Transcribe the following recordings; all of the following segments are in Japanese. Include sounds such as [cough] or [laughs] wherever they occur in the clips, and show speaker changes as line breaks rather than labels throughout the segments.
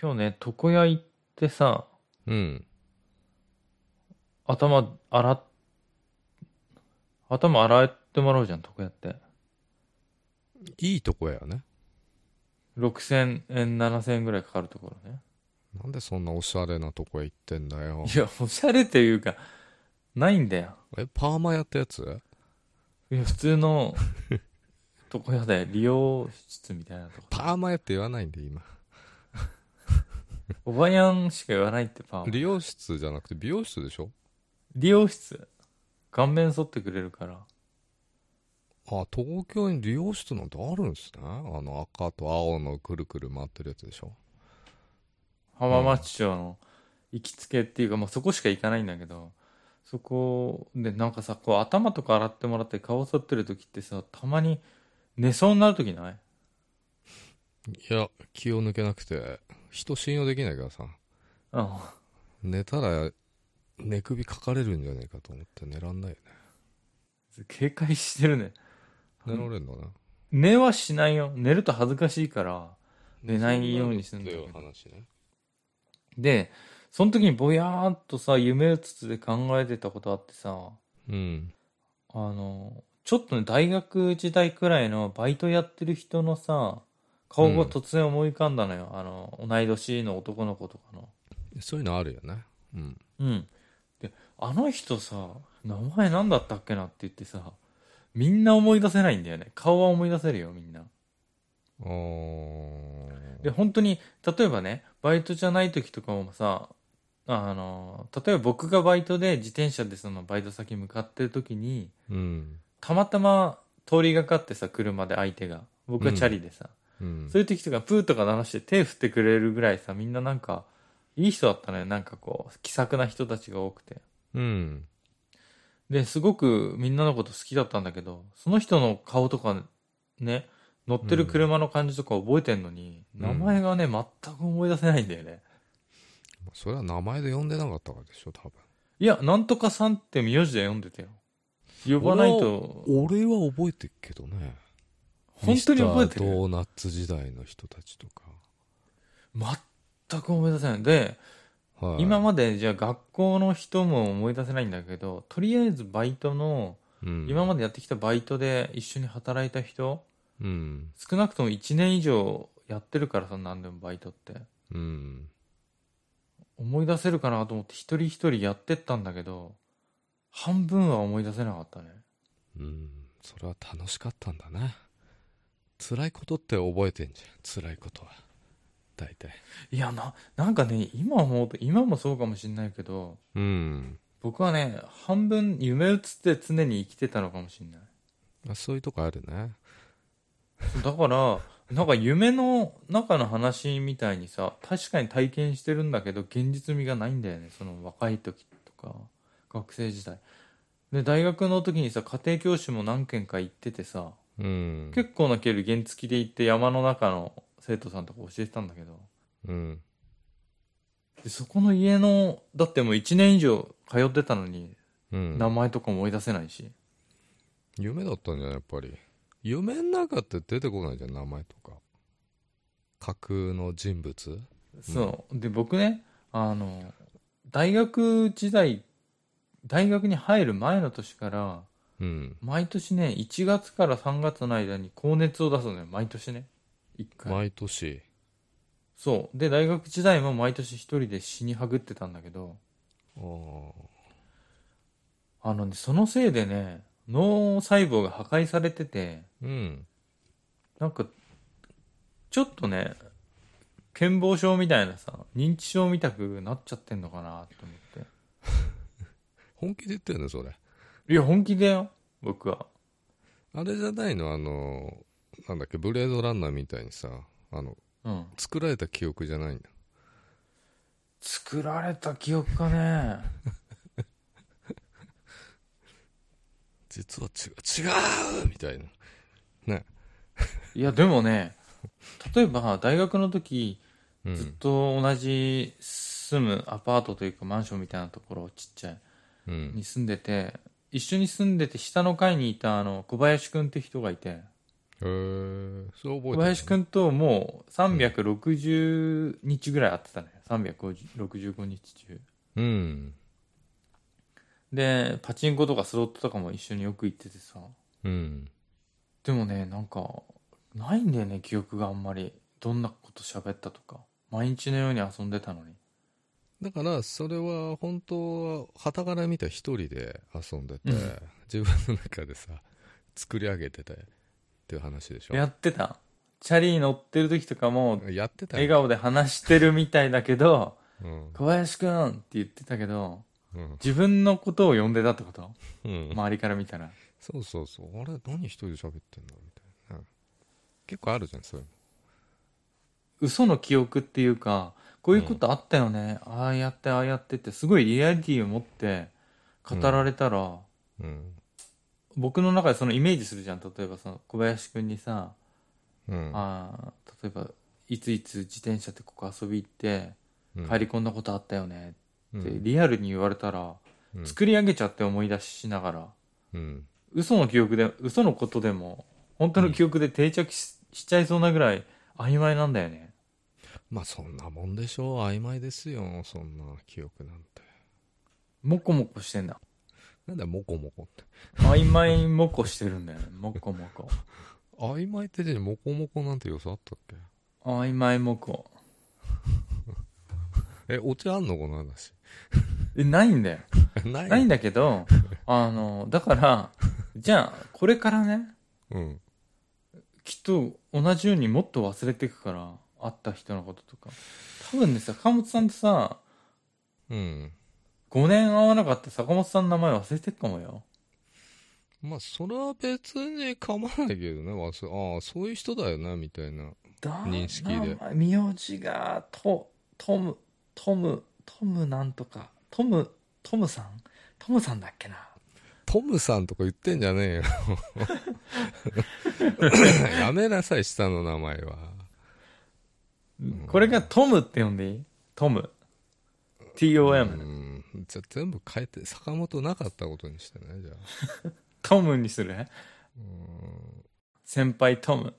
今日ね、床屋行ってさ、
うん。
頭洗っ、頭洗ってもらうじゃん、床屋って。
いいとこやね。
6000円、7000円ぐらいかかるところね。
なんでそんなおしゃれなとこへ行ってんだよ。
いや、おしゃれというか、ないんだよ。
え、パーマやったやつ
いや、普通
[laughs]
の床屋で利用室みたいなとこ。
パーマやって言わないんで今。
おばやんしか言わないってパーマ。
理容室じゃなくて美容室でしょ
利用室。顔面剃ってくれるから。
あ、東京に理容室なんてあるんですね。あの赤と青のくるくる回ってるやつでしょ
浜松町の行きつけっていうか、まあ、そこしか行かないんだけどそこでなんかさこう頭とか洗ってもらって顔剃ってる時ってさたまに寝そうになる時ない
いや、気を抜けなくて、人信用できないからさ。
あ
寝たら、寝首かかれるんじゃねえかと思って寝らんないよね。
警戒してるね
寝られんのな。
寝はしないよ寝ると恥ずかしいから寝ないようにするんだけど
っていう話ね。
でその時にぼやーっとさ夢うつつで考えてたことあってさ
うん。
あのちょっとね大学時代くらいのバイトやってる人のさ顔が突然思い浮かんだのよ、あの同い年の男の子とかの
そういうのあるよね。うん。
うんであの人さ名前何だったっけなって言ってさみんな思い出せないんだよね顔は思い出せるよみんな
あー
で本当に例えばねバイトじゃない時とかもさあの例えば僕がバイトで自転車でそのバイト先向かってる時に
うん。
たまたま通りがかってさ車で相手が僕はチャリでさ、
うん。
そういう時とかプーとか鳴らして手振ってくれるぐらいさみんななんかいい人だったのよなんかこう気さくな人たちが多くて
うん。
ですごくみんなのこと好きだったんだけどその人の顔とかね乗ってる車の感じとか覚えてんのに、
うん
名前がね全く思い出せないんだよね
それは名前で呼んでなかったからでしょ、多分。
いやなんとかさんって名字で読んでたよ呼ばないと
俺は覚えてるけどね。
本当に覚えて
ミスター
る
ドーナツ時代の人たちとか。
全く思い出せないで
はい、
今までじゃあ学校の人も思い出せないんだけどとりあえずバイトの
うん、
今までやってきたバイトで一緒に働いた人
うん。
少なくとも1年以上やってるからさ何でもバイトって
うん。
思い出せるかなと思って一人一人やってったんだけど半分は思い出せなかったね
うん。それは楽しかったんだな。辛いことって覚えてんじゃん。辛いことは。大体。
いやななんかね今思うと今もそうかもしんないけど
うん。
僕はね半分夢うつって常に生きてたのかもしんない
あそういうとこあるね。
だからなんか夢の中の話みたいにさ確かに体験してるんだけど現実味がないんだよねその若い時とか学生時代で大学の時にさ家庭教師も何軒か行っててさ
うん。
結構な距離原付で行って山の中の生徒さんとか教えてたんだけど
うん。
でそこの家のだってもう1年以上通ってたのに
うん。
名前とか思い出せないし、
夢だったんじゃないやっぱり夢の中って出てこないじゃん名前とか架空の人物
そうで僕ねあの大学時代大学に入る前の年から
うん
毎年ね1月から3月の間に高熱を出すのよ毎年ね1回、
毎年
そうで大学時代も毎年一人で死にはぐってたんだけど
ああ
あのねそのせいでね脳細胞が破壊されてて
うん
なんかちょっとね健忘症みたいなさ認知症みたくなっちゃってんのかなと思っ
本気で言ってるねそれ
ていや本気だよ僕は
あれじゃないのあのなんだっけブレードランナーみたいにさあの
うん
作られた記憶じゃないんだ
作られた記憶か [laughs] ね
実は違う違うみたいない
やでもね例えば大学の時
うん
ずっと同じ住むアパートというかマンションみたいなところちっちゃい
うん
に住んでて一緒に住んでて下の階にいたあの小林くんって人がいて
あへえそれ覚えて
小
る
林くんともう360日ぐらい会ってたね。365日中。
うん
で、パチンコとかスロットとかも一緒によく行っててさ。
うん
でもね、なんか、ないんだよね、記憶があんまり。どんなこと喋ったとか。毎日のように遊んでたのに。
だからそれは本当は傍から見た一人で遊んでて、
うん
自分の中でさ作り上げててっていう話でしょ
やってた。チャリに乗ってる時とかも、
やってた
笑
よ、
顔で話してるみたいだけど、
うん
小林くんって言ってたけど、
うん
自分のことを呼んでたってこと
うん
周りから見たら。
そうそうそうあれ何一人で喋ってんだみたいな結構あるじゃんそれも
嘘の記憶っていうかこういうことあったよね、ああやってああやってってすごいリアリティを持って語られたら、
うん
僕の中でそのイメージするじゃん例えばその小林くんにさ、
うん
あー例えばいついつ自転車でここ遊び行って
うん
帰り込んだことあったよね
う
って
ん
リアルに言われたら、
うん
作り上げちゃって思い出しながら
うん
嘘の記憶で嘘のことでも本当の記憶で定着し,、しちゃいそうなぐらい曖昧なんだよね
まあそんなもんでしょう曖昧ですよそんな記憶なんて
モコモコしてんだ
なんだよモコモコって
曖昧もこしてるんだよね。 [laughs] もこもこ。
曖昧って字にモコモコなんて要素あったっけ
曖昧もこ。
えオチあんのこの話
え、ないんだよ。
[laughs] ない
ないんだけど、あの、だから、じゃあ、これからね、
うん
きっと同じようにもっと忘れていくから、会った人のこととか。多分ね、坂本さんってさ、
うん
5年会わなかった坂本さんの名前忘れてるかもよ。
まあそれは別に構わないけどね忘れああそういう人だよなみたいな
だ
認識で
名前名字が、ト、トム、トム、トムなんとか、トム、トムさんトムさんだっけな。
トムさんとか言ってんじゃねえよ [laughs] やめなさい下の名前は
これがトムって呼んでいいトム。
う
TOM。
んじゃあ全部変えて坂本なかったことにしてねじゃあ
トムにする
うん
先輩トム。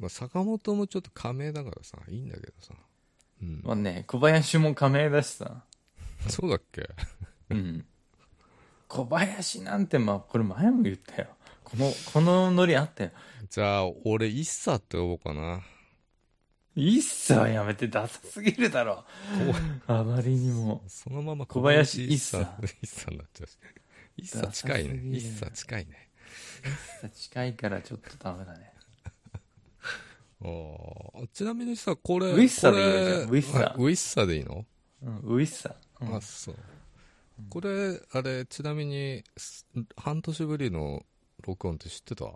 まあ坂本もちょっと仮名だからさいいんだけどさ、うん
まあね、小林も仮名だしさ。
そうだっけ
うん。小林なんて、まあ、これ前も言ったよ。この、このノリあったよ。
じゃあ俺一茶って呼ぼうかな
一切はやめてダサすぎるだろ。あまりにも。
そのまま
小林一茶
一茶になっちゃうし一茶近い
ダサすぎ
ね
る
一茶近いね
近いからちょっとダメだね。
あーちなみにさこれ
ウィッサでいいよ
これ
じゃあウィッサ
あウィッサでいいの
うん、ウィッサ。うん
あそうこれあれちなみにす半年ぶりの録音って知ってた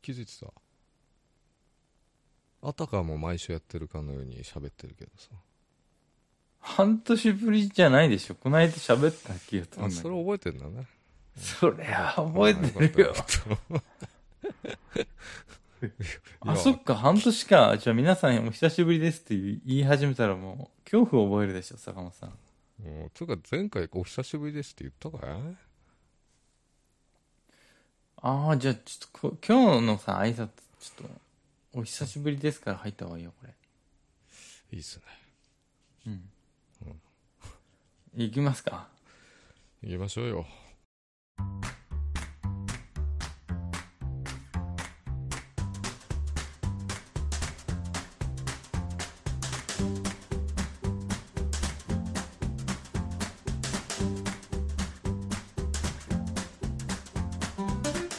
気づいてたあたかも毎週やってるかのように喋ってるけどさ
半年ぶりじゃないでしょ。こないだ喋ったっけよ、
あそれ覚えてんだね
それは覚えてるよ。
あ
あ、そっか、半年か。じゃあ皆さんお久しぶりですって言い始めたらもう、恐怖を覚えるでしょ、坂本さん。
うんつうか前回お久しぶりですって言ったかい
ああ、じゃあちょっとこ、今日のさ、挨拶、ちょっと、お久しぶりですから入った方がいいよ、これ。
いいっすね
うん。行きますか。
行きましょうよ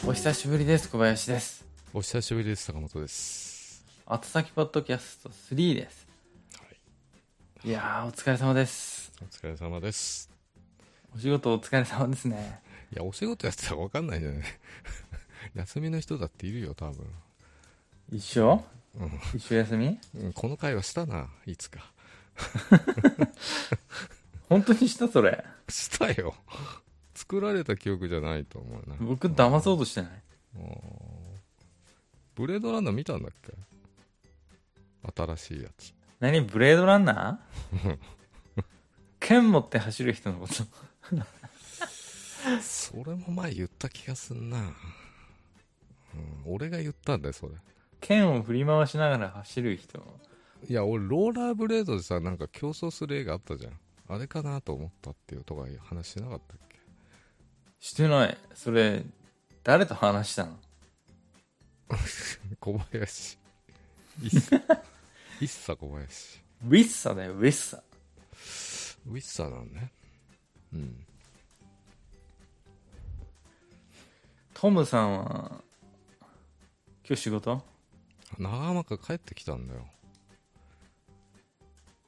お久しぶりです、小林です。
お久しぶりです坂本です
後先ポッドキャスト3です。
はい
いやー、お疲れ様です。
お疲れ様です
お仕事お疲れ様ですね。
いやお仕事やってたら分かんないんじゃない [laughs] 休みの人だっているよ多分
一緒
うん
一緒休み
うんこの会話したないつか
本当にしたそれ。
したよ作られた記憶じゃないと思うな
僕騙そうとしてない。
ブレードランナー見たんだっけ新しいやつ
何ブレードランナ
[laughs]
ー剣持って走る人のこと。
それも前言った気がすんな、うん、俺が言ったんだよそれ
剣を振り回しながら走る人
いや俺ローラーブレードでさなんか競争する映画あったじゃんあれかなと思ったっていうとかいう話しなかったっけ [laughs]
してないそれ誰と話したの
小林いっさいっさ小林
ウィッサだよウィッサ
ウィッサーなんねうん
トムさんは今日仕事
長浜が帰ってきたんだよ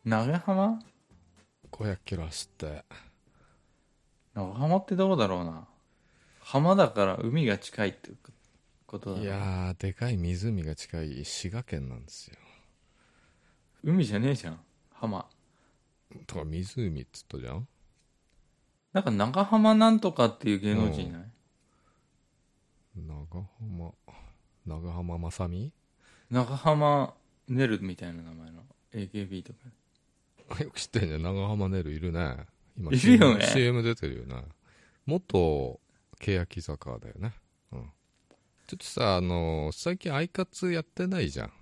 長浜
500キロ走って
長浜ってどこだろうな浜だから海が近いってことだない
やーでかい湖が近い滋賀県なんですよ
海じゃねえじゃん浜
とか湖っつったじゃん
なんか長浜なんとかっていう芸能人いない、
長浜長浜まさみ
長浜ねるみたいな名前の AKB とか
よく知ってんじゃん長浜ねるいるね今
いるよね
CM CM 出てるよね元欅坂だよねうんちょっとさあの最近アイカツやってないじゃん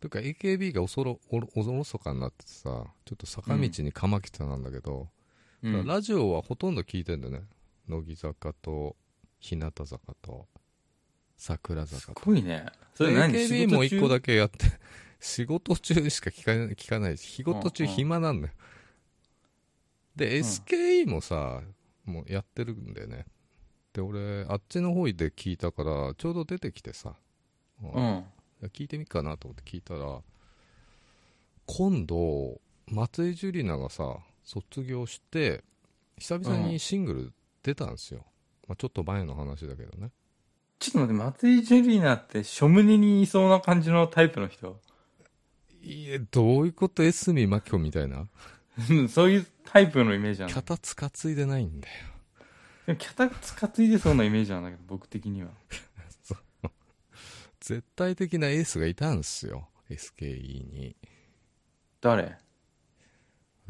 とか AKB がおそろおろおろそかになっててさちょっと坂道にかまきてたなんだけど、
うん
だからラジオはほとんど聞いてんだよね乃木坂と日向坂と桜
す
坂と
ごいねそれ何
AKB も一個
だ
だけやって [laughs] 仕事中にしか聞かない聞かないし仕事中
うんうん
暇なんだよ、で
うん
SKE もさ、もうやってるんだよねで俺あっちの方で聞いたからちょうど出てきてさ、うん
うん
聞いてみっかなと思って聞いたら今度松井樹里奈がさ卒業して久々にシングル出たんですよ、まあ、ちょっと前の話だけどね
ちょっと待って松井ジュリーナってショムネにいそうな感じのタイプの [laughs] 人
いえどういうこと江角真紀子みたいな
うんそういうタイプのイメージなんだ
肩つかついでないんだよ
でもキャタつかついでそうなイメージなんだけど僕的には
絶対的なエースがいたんすよ SKE に
誰
だか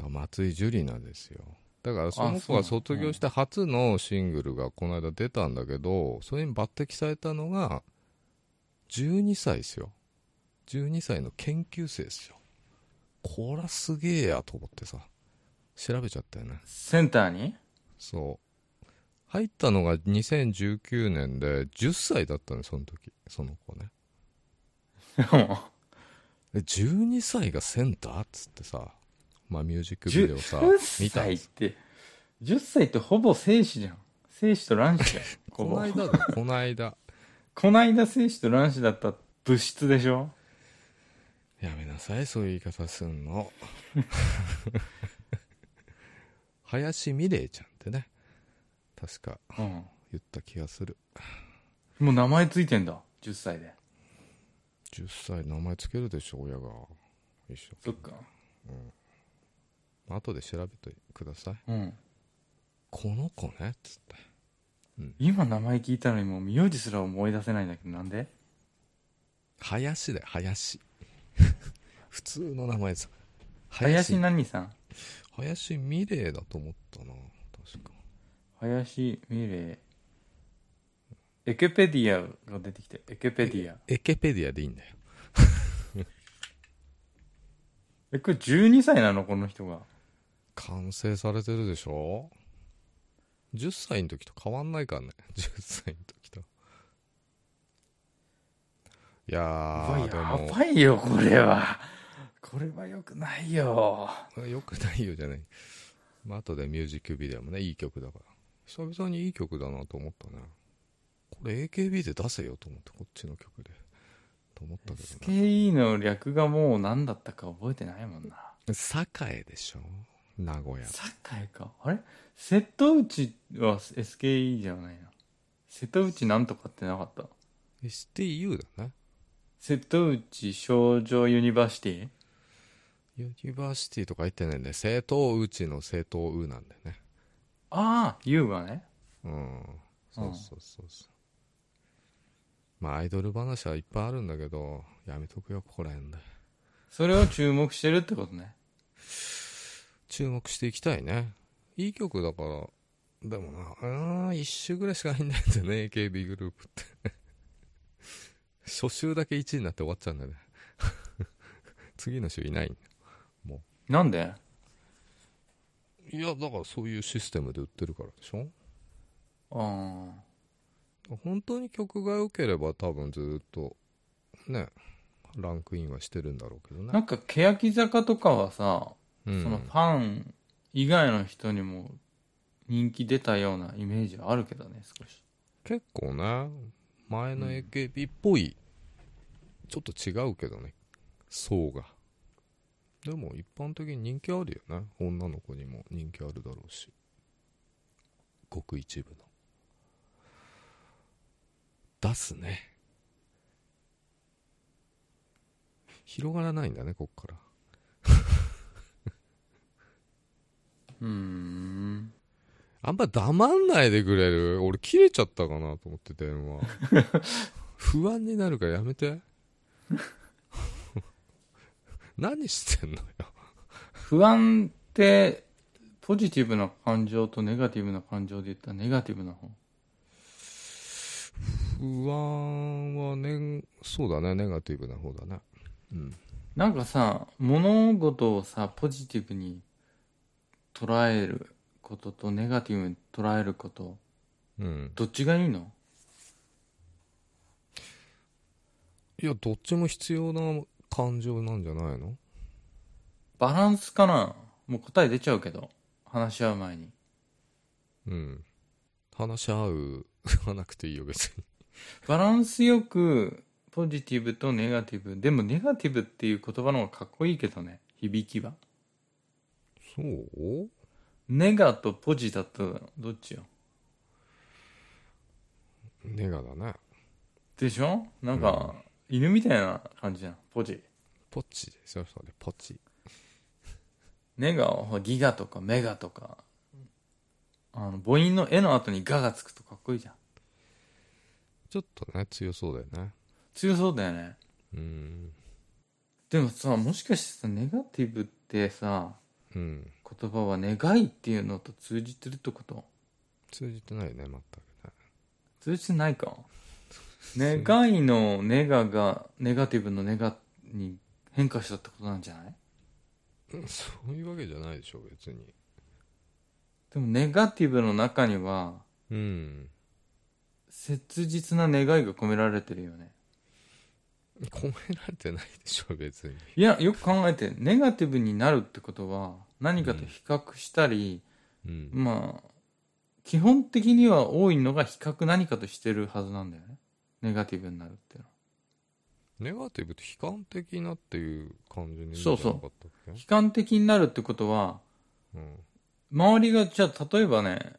ら松井樹里奈ですよだからその
あそ
子
うなの
が卒業して初のシングルがこの間出たんだけどそれに抜擢されたのが12歳ですよ12歳の研究生ですよこらすげえやと思ってさ調べちゃったよね
センター [laughs] に
そう入ったのが2019年で10歳だったねその時その子ね
でも
で12歳がセンターっつってさ、まあ、ミュージックビデオさ見
10
た
歳って10歳ってほぼ精子じゃん精子と卵子だよ [laughs]
こ
ほ
の
ぼ
間だよこの間
こないだ精子と卵子だった物質でしょ
やめなさいそういう言い方すんの [laughs] 林美玲ちゃんってね確か
うん
言った気がする
もう名前ついてんだ10歳で
10歳名前つけるでしょ親が一緒
そっか
後で調べてください
うん
この子ねっつって
今名前聞いたのにもう名字すら思い出せないんだけどなんで
林だよ林 [laughs] 普通の名前さ
林何さん
林美玲だと思ったな確か
林美玲エケペディアが出てきてエケペディア
エケペディアでいいんだよ
えこれ12歳なのこの人が
完成されてるでしょ10歳の時と変わんないからね [laughs] 10歳の時といや
うわ
ーで
や
も
ばいよこれはこれはよくないよ
よくないよじゃない、まあ後でミュージックビデオもねいい曲だから久々にいい曲だなと思ったねこれ AKB で出せよと思ってこっちの曲でと思ったけどね
SKE の略がもう何だったか覚えてないもんな
栄でしょ名古屋
堺かあれ瀬戸内は SKE じゃないな瀬戸内なんとかってなかった
STU だね
瀬戸内少女ユニバーシティ
ユニバーシティとか入ってないんで正当うちの正当うなんだよね
ああ U がね
うんそうそうそうそう、まあアイドル話はいっぱいあるんだけどやめとくよここら辺で
それを注目してるってことね
注目していきたいねいい曲だからでもなあー一周ぐらいしか入んないんだよね AKB グループって [laughs] 初週だけ1位になって終わっちゃうんだよね [laughs] 次の週いない
なんで
いやだからそういうシステムで売ってるからでしょ
あ
本当に曲が良ければ多分ずっとねランクインはしてるんだろうけど
あな
ね、
んか欅坂とかはさ、
うん、
そのファン以外の人にも人気出たようなイメージはあるけどね少し
結構ね前の
うん
AKB っぽい、ちょっと違うけどね層がでも一般的に人気あるよね女の子にも人気あるだろうしごく一部の出すね広がらないんだねこっから
うーん
あんま黙んないでくれる俺切れちゃったかなと思って電 [laughs] 話不安になるからやめて [laughs] 何してんのよ
不安ってポジティブな感情とネガティブな感情で言ったらネガティブな方
不安はねそうだねネガティブな方だねうん
なんかさ物事をさポジティブに捉えることとネガティブに捉えること
うん
どっちがいいの
いやどっちも必要な感情なんじゃないの
バランスかなもう答え出ちゃうけど話し合う前に
うん話し合うはなくていいよ別に
バランスよくポジティブとネガティブでもネガティブっていう言葉の方がかっこいいけどね響きは
そう
ネガとポジだとどっちよ
ネガだね
でしょなんか、犬みたいな感じじゃんポジ
ポチですよそれポチ
ネガはギガとかメガとかあの母音の「え」の後に「ガ」がつくとかっこいいじゃん
ちょっとね強そうだよね
強そうだよね
うん
でもさもしかしてさネガティブってさ
うん
言葉は願いっていうのと通じてるってこと
通じてないね全くね
通じてないか願いのネガがネガティブのネガに変化したってことなんじゃない
[laughs] そういうわけじゃないでしょ別に
でもネガティブの中には
うん
切実な願いが込められてるよね
込められてないでしょ別に
いやよく考えてネガティブになるってことは何かと比較したり、
うん
まあ基本的には多いのが比較何かとしてるはずなんだよねネガティブになるっていうのは
ネガティブって悲観的なっていう感じに見え
そうそう
なかったっけ
悲観的になるってことは
うん
周りがじゃあ例えばね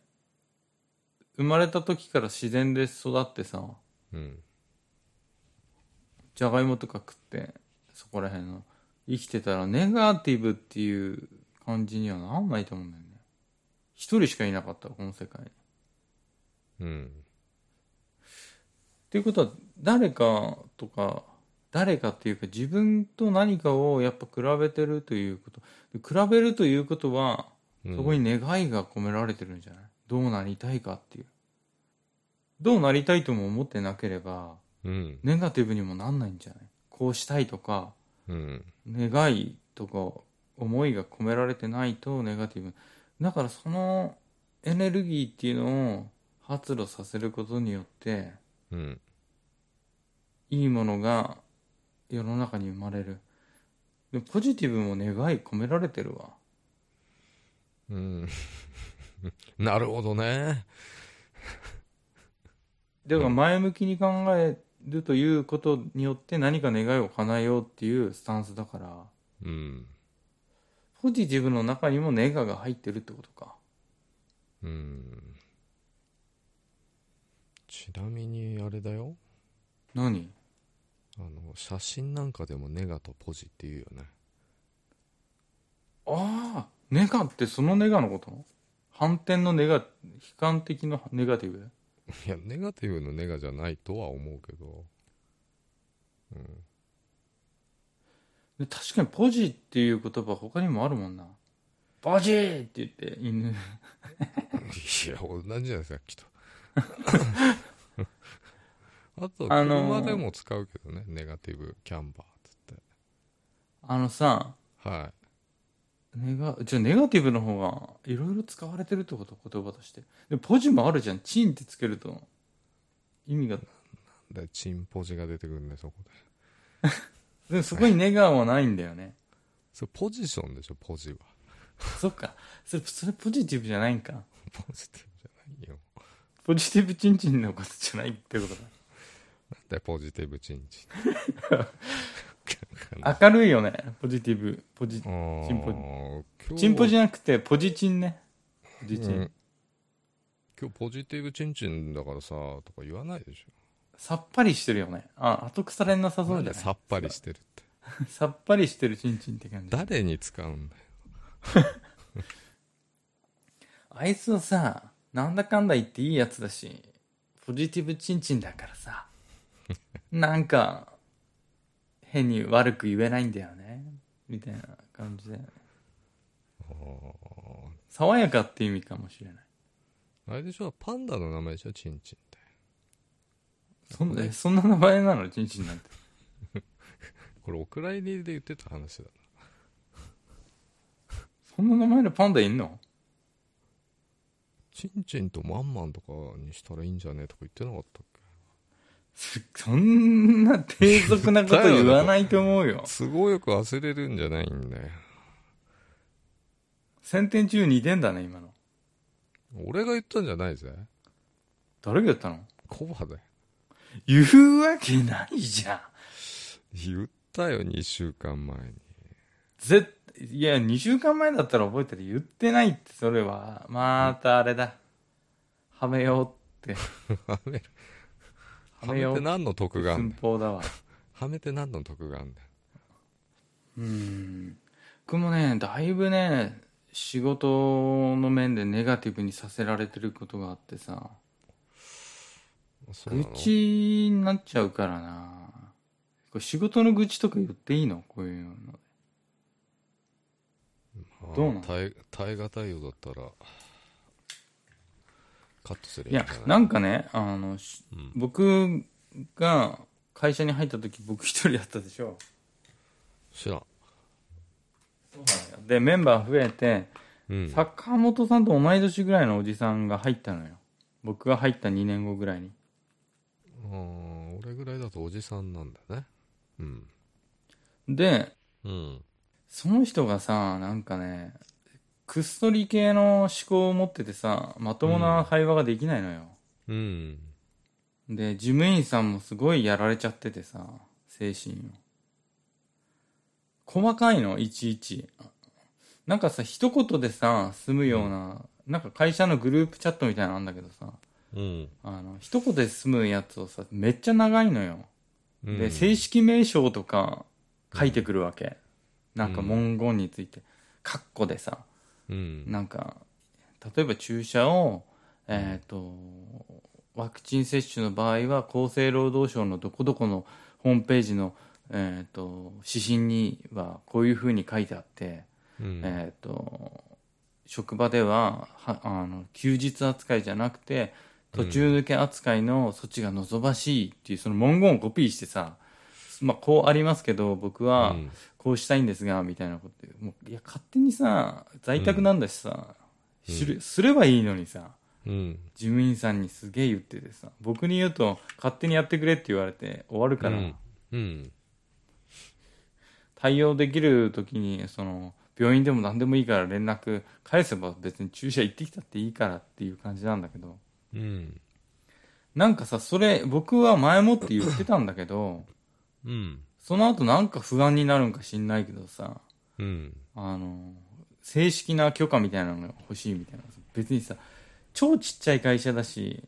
生まれた時から自然で育ってさ
うん
じゃがいもとか食ってそこら辺の生きてたらネガティブっていう感じにはなんないと思うんだよね一人しかいなかったこの世界にっ
うん
ていうことは誰かとか誰かっていうか自分と何かをやっぱ比べてるということで比べるということは
うん
そこに願いが込められてるんじゃない、どうなりたいかっていう。どうなりたいとも思ってなければ、
うん
ネガティブにもなんないんじゃないこうしたいとか、
うん
願いとか思いが込められてないとネガティブ。だからそのエネルギーっていうのを発露させることによって、
うん
いいものが世の中に生まれる。でもポジティブも願い込められてるわ。
うんなるほどね
だか
う
ら
ん
前向きに考えるということによって何か願いを叶えようっていうスタンスだから
うん
ポジティブの中にもネガが入ってるってことか
うんちなみにあれだよ
何
あの写真なんかでもネガとポジって言うよね
ああネガってそのネガのこと反転のネガ悲観的のネガティブ
いやネガティブのネガじゃないとは思うけどうん
で確かにポジっていう言葉他にもあるもんなポジーって言って犬 [laughs]
いや同じじゃないですかきっとあと
あの
車
ー
でも使うけどね、ネガティブキャンバーっつって
あのさ
は
ネガじゃあネガティブの方がいろいろ使われてるってこと言葉としてでポジもあるじゃんチンってつけると意味が
いでチンポジが出てくるんでそこで
でもそこにネガはないんだよね
それポジションでしょポジは
そっかそれそれポジティブじゃないんか
ポジティブじゃないよ
ポジティブチンチンのことじゃないってこと
なんだよポジティブチンチ
[laughs]
ン
だ明るいよねポジティブポジ
あー
チンポジ
今日
チンポじゃなくてポジチンねポジチン、
うん今日ポジティブチンチンだからさとか言わないでし
さっぱりしてるよねあ後腐れなさ
ょ
そ
な
うんじゃ
で
ない
さっぱりしてるって
さっぱりしてるチンチンって感じ
誰に使うんだよ
あいつはさなんだかんだ言っていいやつだしポジティブチンチンだから [laughs] さなんか変に悪く言えないんだよねみたいな感じで爽やかって意味かもしれない
あーあれでしょパンダの名前でしょチンチンって
そんえそんな名前なのチンチンなんて
これお蔵入りで言ってた話だな
そんな名前のパンダいんの
チンチンとマンマンとかにしたらいいんじゃねとか言ってなかったっ
す [laughs] そんな低俗なこと言わないと思うよ
けすごよく忘れるんじゃないんだよ
1000点中2点だね今の
俺が言ったんじゃないぜ
誰がやったの
コバだよ
言うわけないじゃん
言ったよ2週間前に
ぜいや2週間前だったら覚えてる言ってないってそれはまたあれだはめようって
[laughs] はめる
は
は
め
め
よ
て
う
何の得があん
寸
だよ
法だわ
はめて何の得があんだよ
うん僕もねだいぶね仕事の面でネガティブにさせられてることがあってさ
そうな
愚
の
痴になっちゃうからなこれ仕事の愚痴とか言っていいのこういうの
あー
どうなの
耐え耐え難いようだったらカットすれ
い
ば
や
いいんじゃない
なんかねあのし
うん
僕が会社に入った時僕一人だったでしょ
知らん、
そうなんよでメンバー増えて
うん、
坂本さんと同い年ぐらいのおじさんが入ったのよ僕が入った2年後ぐらいに
あー俺ぐらいだとおじさんなんだねうん
で
うん
その人がさなんかねくっそり系の思考を持っててさまともな会話ができないのよ、
うん
で事務員さんもすごいやられちゃっててさ精神を細かいのいちいちなんかさ一言でさ済むような、なんか会社のグループチャットみたいなのあんだけどさ
うん
あの一言で済むやつをさめっちゃ長いのよ、
うん
で正式名称とか書いてくるわけ、なんか文言についてカッコでさ
うん
なんか例えば注射をえっ、とワクチン接種の場合は厚生労働省のどこどこのホームページのえっ、と指針にはこういうふうに書いてあって、
うん
えっ、と職場でははあの休日扱いじゃなくて途中抜け扱いの措置が望ましいっていうその文言をコピーしてさ、まあ、こうありますけど僕は
うん
こうしたいんですがみたいなこと言うもういや勝手にさ在宅なんだしさ、
うん
知るすればいいのにさ
うん
事務員さんにすげえ言っててさ僕に言うと勝手にやってくれって言われて終わるから。
うんうん
対応できる時にその病院でも何でもいいから連絡返せば別に注射行ってきたっていいからっていう感じなんだけど
うん
なんかさそれ僕は前もって言ってたんだけど
うん
その後なんか不安になるんか知んないけどさ
うん
あの正式な許可みたいなのが欲しいみたいな別にさ超ちっちゃい会社だし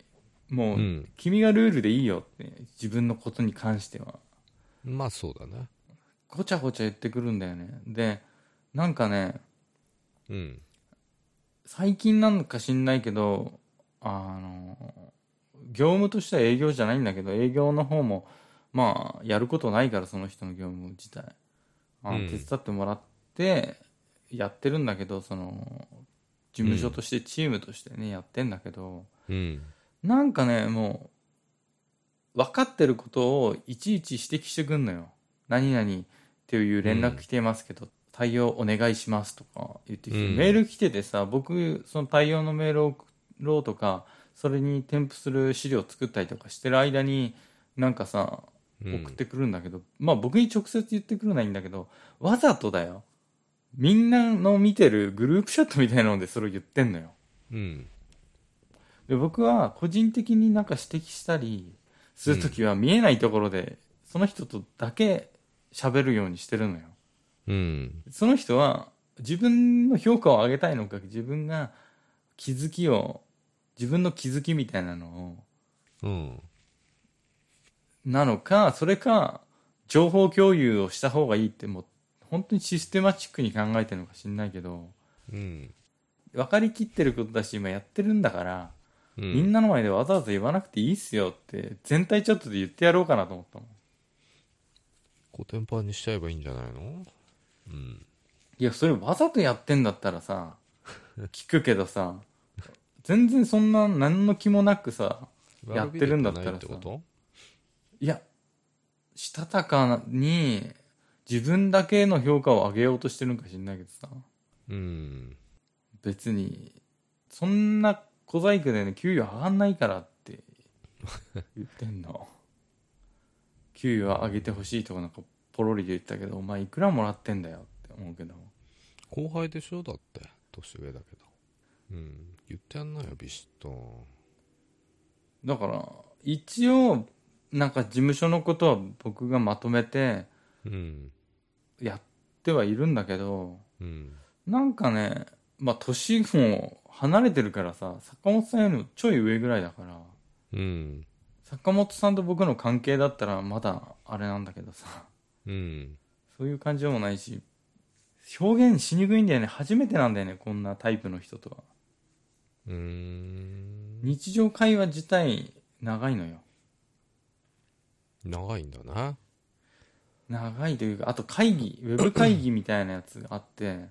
もう、
うん
君がルールでいいよって自分のことに関しては
まあそうだね
ごちゃごちゃ言ってくるんだよねでなんかね
うん
最近なんか知んないけどあの業務としては営業じゃないんだけど営業の方もまあやることないからその人の業務自体あの、
うん
手伝ってもらってやってるんだけどその事務所としてチームとしてね、やってんだけど
うん
なんかねも分かってることをいちいち指摘してくんのよ。何々っていう連絡来てますけど、対応お願いしますとか言ってきて、
うん
メール来ててさ、僕、その対応のメールを送ろうとか、それに添付する資料を作ったりとかしてる間に、なんかさ、
うん
送ってくるんだけど、まあ僕に直接言ってくるのはいいんだけど、わざとだよ。みんなの見てるグループチャットみたいなのでそれを言ってんのよ。
うん
で僕は個人的になんか指摘したりするときは見えないところで、その人とだけ喋るようにしてるのよ。
うん
その人は自分の評価を上げたいのか、自分が気づきを、自分の気づきみたいなのを、
うん
なのか、それか、情報共有をした方がいいって、もう、本当にシステマチックに考えてるのか知んないけど、
うん
分かりきってることだし、今やってるんだから、
う
みんなの前でわざわざ言わなくていいっすよって、全体チャットで言ってやろうかなと思ったもん。
コテンパンにしちゃえばいいんじゃないのうん
いや、それわざとやってんだったらさ、聞くけどさ、全然そんな何の気もなくさ、やってるんだったらさ
悪びれてないってこと
いや、したたかに、自分だけの評価を上げようとしてるんか知んないけどさ、
うん
別に、そんな小細工でね、給与上がんないからって言ってんの。給与は上げてほしいとかなんかポロリで言ってたけど、お前いくらもらってんだよって思うけど。
後輩でしょだって年上だけどうん言ってやんなよビシッと
だから、一応、なんか事務所のことは僕がまとめて
うん
やってはいるんだけど、
うん
なんかね、まあ年も離れてるからさ、坂本さんよりもちょい上ぐらいだから、
うん
坂本さんと僕の関係だったらまだあれなんだけどさ、
うん
そういう感じでもないし、表現しにくいんだよね。初めてなんだよね、こんなタイプの人とは。
うーん
日常会話自体長いのよ。
長いんだな
長いというか、あと会議、ウェブ会議みたいなやつがあって、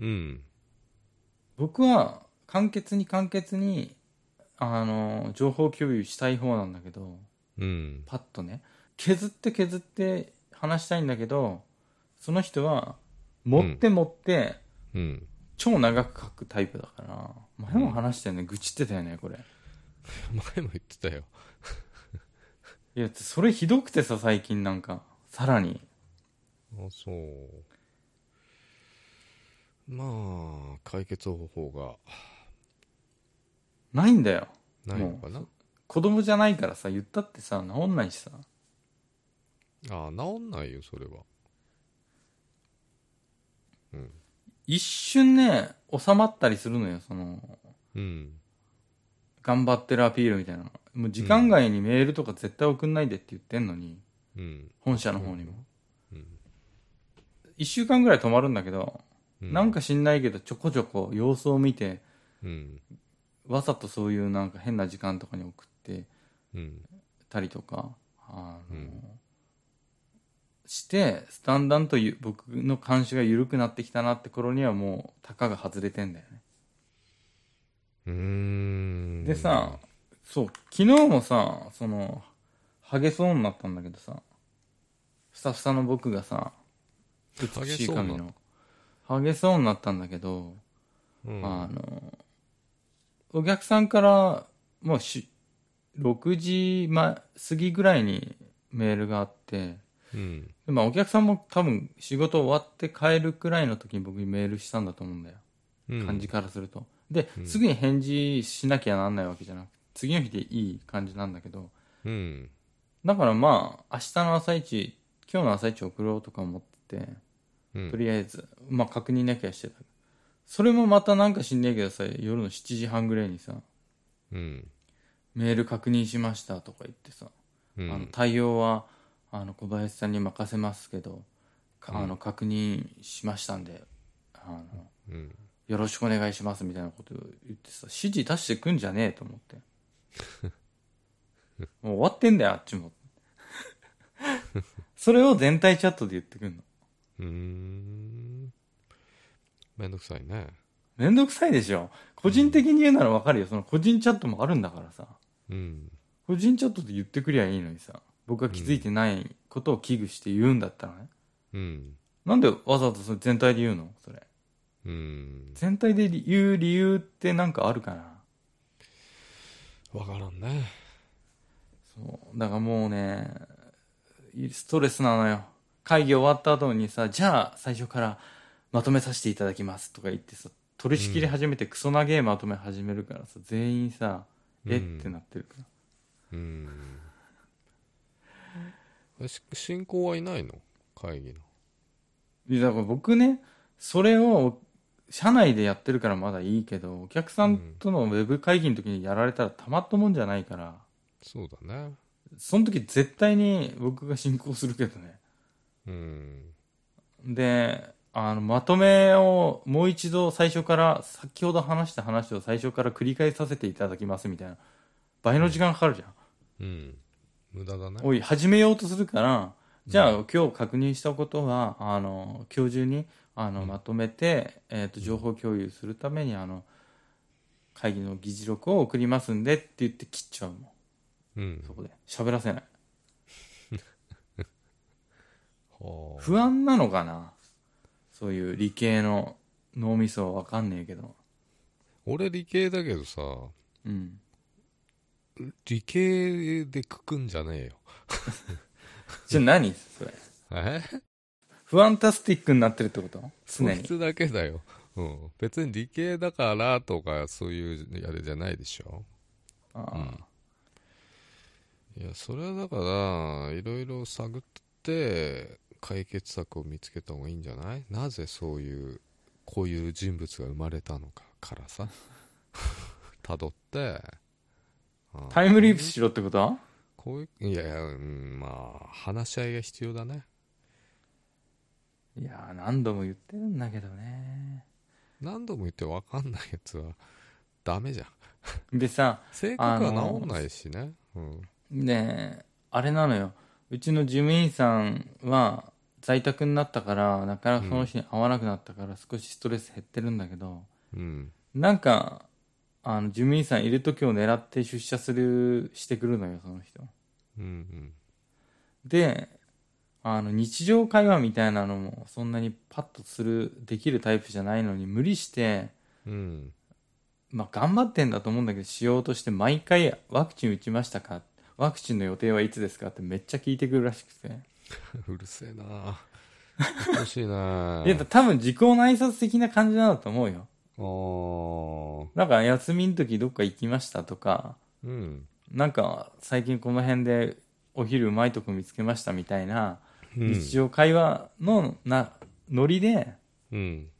うん
僕は簡潔に簡潔に、あの、情報共有したい方なんだけど、
うん
パッとね、削って削って話したいんだけど、その人は、持って持って、
うん
超長く書くタイプだから、前も話したよね、愚痴ってたよね、これ。
前も言ってたよ
いや、それひどくてさ、最近なんか。さらに。
あそうまあ解決方法が
ないんだよ。
ないのかな
子供じゃないからさ、言ったってさ、治んないしさ。
ああ治んないよそれは
一瞬ね、収まったりするのよ、その、
うん
頑張ってるアピールみたいなの。もう時間外にメールとか絶対送んないでって言ってんのに、
うん
本社の方にも。
うん
一週間ぐらい止まるんだけど、
う
なんか知んないけど、ちょこちょこ様子を見て、
うん
わざとそういうなんか変な時間とかに送って、
うん
たりとか、あの
うん
してだんだんとゆ僕の監視が緩くなってきたなって頃にはもうたかが外れてんだよね、
うーん
でさそう昨日もさそのハゲそうになったんだけどさふさふさの僕がさ美しい髪のハゲそうになったんだけど、
うん
あのお客さんからもうし6時前過ぎぐらいにメールがあって
うん
でまあお客さんも多分仕事終わって帰るくらいの時に僕にメールしたんだと思うんだよ。
うん
感じからすると。で、
うん
すぐに返事しなきゃなんないわけじゃなくて、次の日でいい感じなんだけど、
うん
だからまあ、明日の朝一、今日の朝一送ろうとか思ってて、
うん
とりあえず、まあ確認なきゃしてた。それもまたなんか知んねえけどさ、夜の7時半ぐらいにさ、
うん
メール確認しましたとか言ってさ、
うん
あの対応はあの小林さんに任せますけど、かあの確認しましたんであの
うん
よろしくお願いしますみたいなこと言ってさ指示出してくんじゃねえと思って
[laughs]
もう終わってんだよあっちも [laughs] それを全体チャットで言ってくんの
うーんめんどくさいね
めんどくさいでしょ個人的に言うならわかるよその個人チャットもあるんだからさ
うん
個人チャットで言ってくりゃいいのにさ僕が気づいてないことを危惧して言うんだったらね、
うん。
なんでわざわざそれ全体で言うのそれ
うん。
全体で言う理由ってなんかあるかな
わからんね。
そうだからもうねストレスなのよ会議終わった後にさじゃあ最初からまとめさせていただきますとか言ってさ取り仕切り始めてクソなげーまとめ始めるからさ全員さえっ
うん
てなってるから
うん。えし進行はいないの会議の。
いやだから僕ねそれを社内でやってるからまだいいけどお客さんとのウェブ会議の時にやられたらたまったもんじゃないから
そうだね。
その時絶対に僕が進行するけどね
うん。
であのまとめをもう一度最初から先ほど話した話を最初から繰り返させていただきますみたいな倍の時間かかるじゃん、
うん。無駄だね。
おい始めようとするからじゃあ今日確認したことはあの今日中にあのまとめて、えー、と情報共有するためにあの会議の議事録を送りますんでって言って切っちゃうもん
うん
そ。こで喋らせない
はあ
不安なのかなそういう理系の脳みそわかんねえけど
俺理系だけどさ、
うん
理系でくくんじゃねえよ。
じゃあ何それ
え
不安タスティックになってるってこと常
そい
に
つだけだよ。うん。別に理系だからとかそういうあれじゃないでしょ。
ああ、
いや、それはだから、いろいろ探って解決策を見つけた方がいいんじゃないなぜそういう、こういう人物が生まれたのかからさ、辿って、あ
タイムリープしろってこと
こういう、いやいや、うん、まあ、話し合いが必要だね。
いやー何度も言ってるんだけどね
何度も言って分かんないやつは、 [laughs] ダメじゃん。
でさ
性格
あ
は
の
治んないしね。うん。
ねえあれなのようちの事務員さんは在宅になったからなかなかその人に会わなくなったから少しストレス減ってるんだけど、
うん。
なんかあの事務員さんいる時を狙って出社するしてくるのよその人
うんうん。
であの日常会話みたいなのもそんなにパッとするできるタイプじゃないのに無理して、 [laughs]
うん。
まあ、頑張ってんだと思うんだけどしようとして毎回「ワクチン打ちましたか?」ワクチンの予定はいつですかってめっちゃ聞いてくるらしくて。
うるせえなうっとうしいな
いや、多分時効の挨拶的な感じなんだと思うよ。
あー
なんか休みの時どっか行きましたとか、
うん。
なんか最近この辺でお昼うまいとこ見つけましたみたいな日常会話のな、ノリで
うん。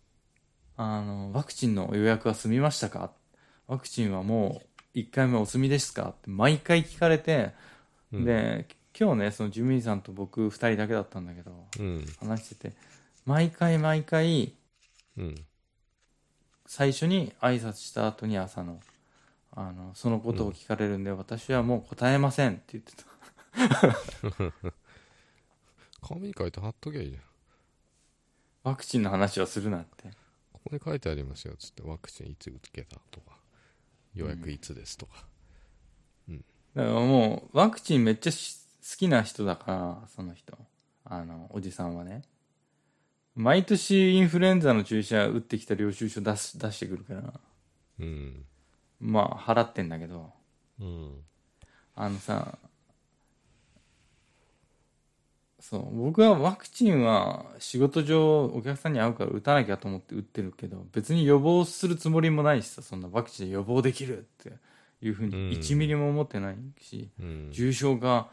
あの、ワクチンの予約は済みましたかワクチンはもう1回目お済みですかって毎回聞かれて、
うん
で、今日ね、その事務員さんと僕2人だけだったんだけど、
うん。
話してて、毎回毎回、
うん。
最初に挨拶した後に朝の、あの、そのことを聞かれるんで、私はもう答えませんって言ってた。
紙に書いて貼っときゃいいじゃん。
ワクチンの話はするなって。
ここに書いてありますよ、つって。ワクチンいつ打けたとか。予約いつですとか。
だからもう、ワクチンめっちゃし好きな人だから、その人。あの、おじさんはね。毎年インフルエンザの注射打ってきた領収書出す出してくるから、
うん。
まあ、払ってんだけど、
うん。
あのさ、そう、僕はワクチンは仕事上お客さんに会うから打たなきゃと思って打ってるけど、別に予防するつもりもないしさ、そんなワクチンで予防できるっていうふう
うん
に1ミリも思ってないし、
うん。
重症が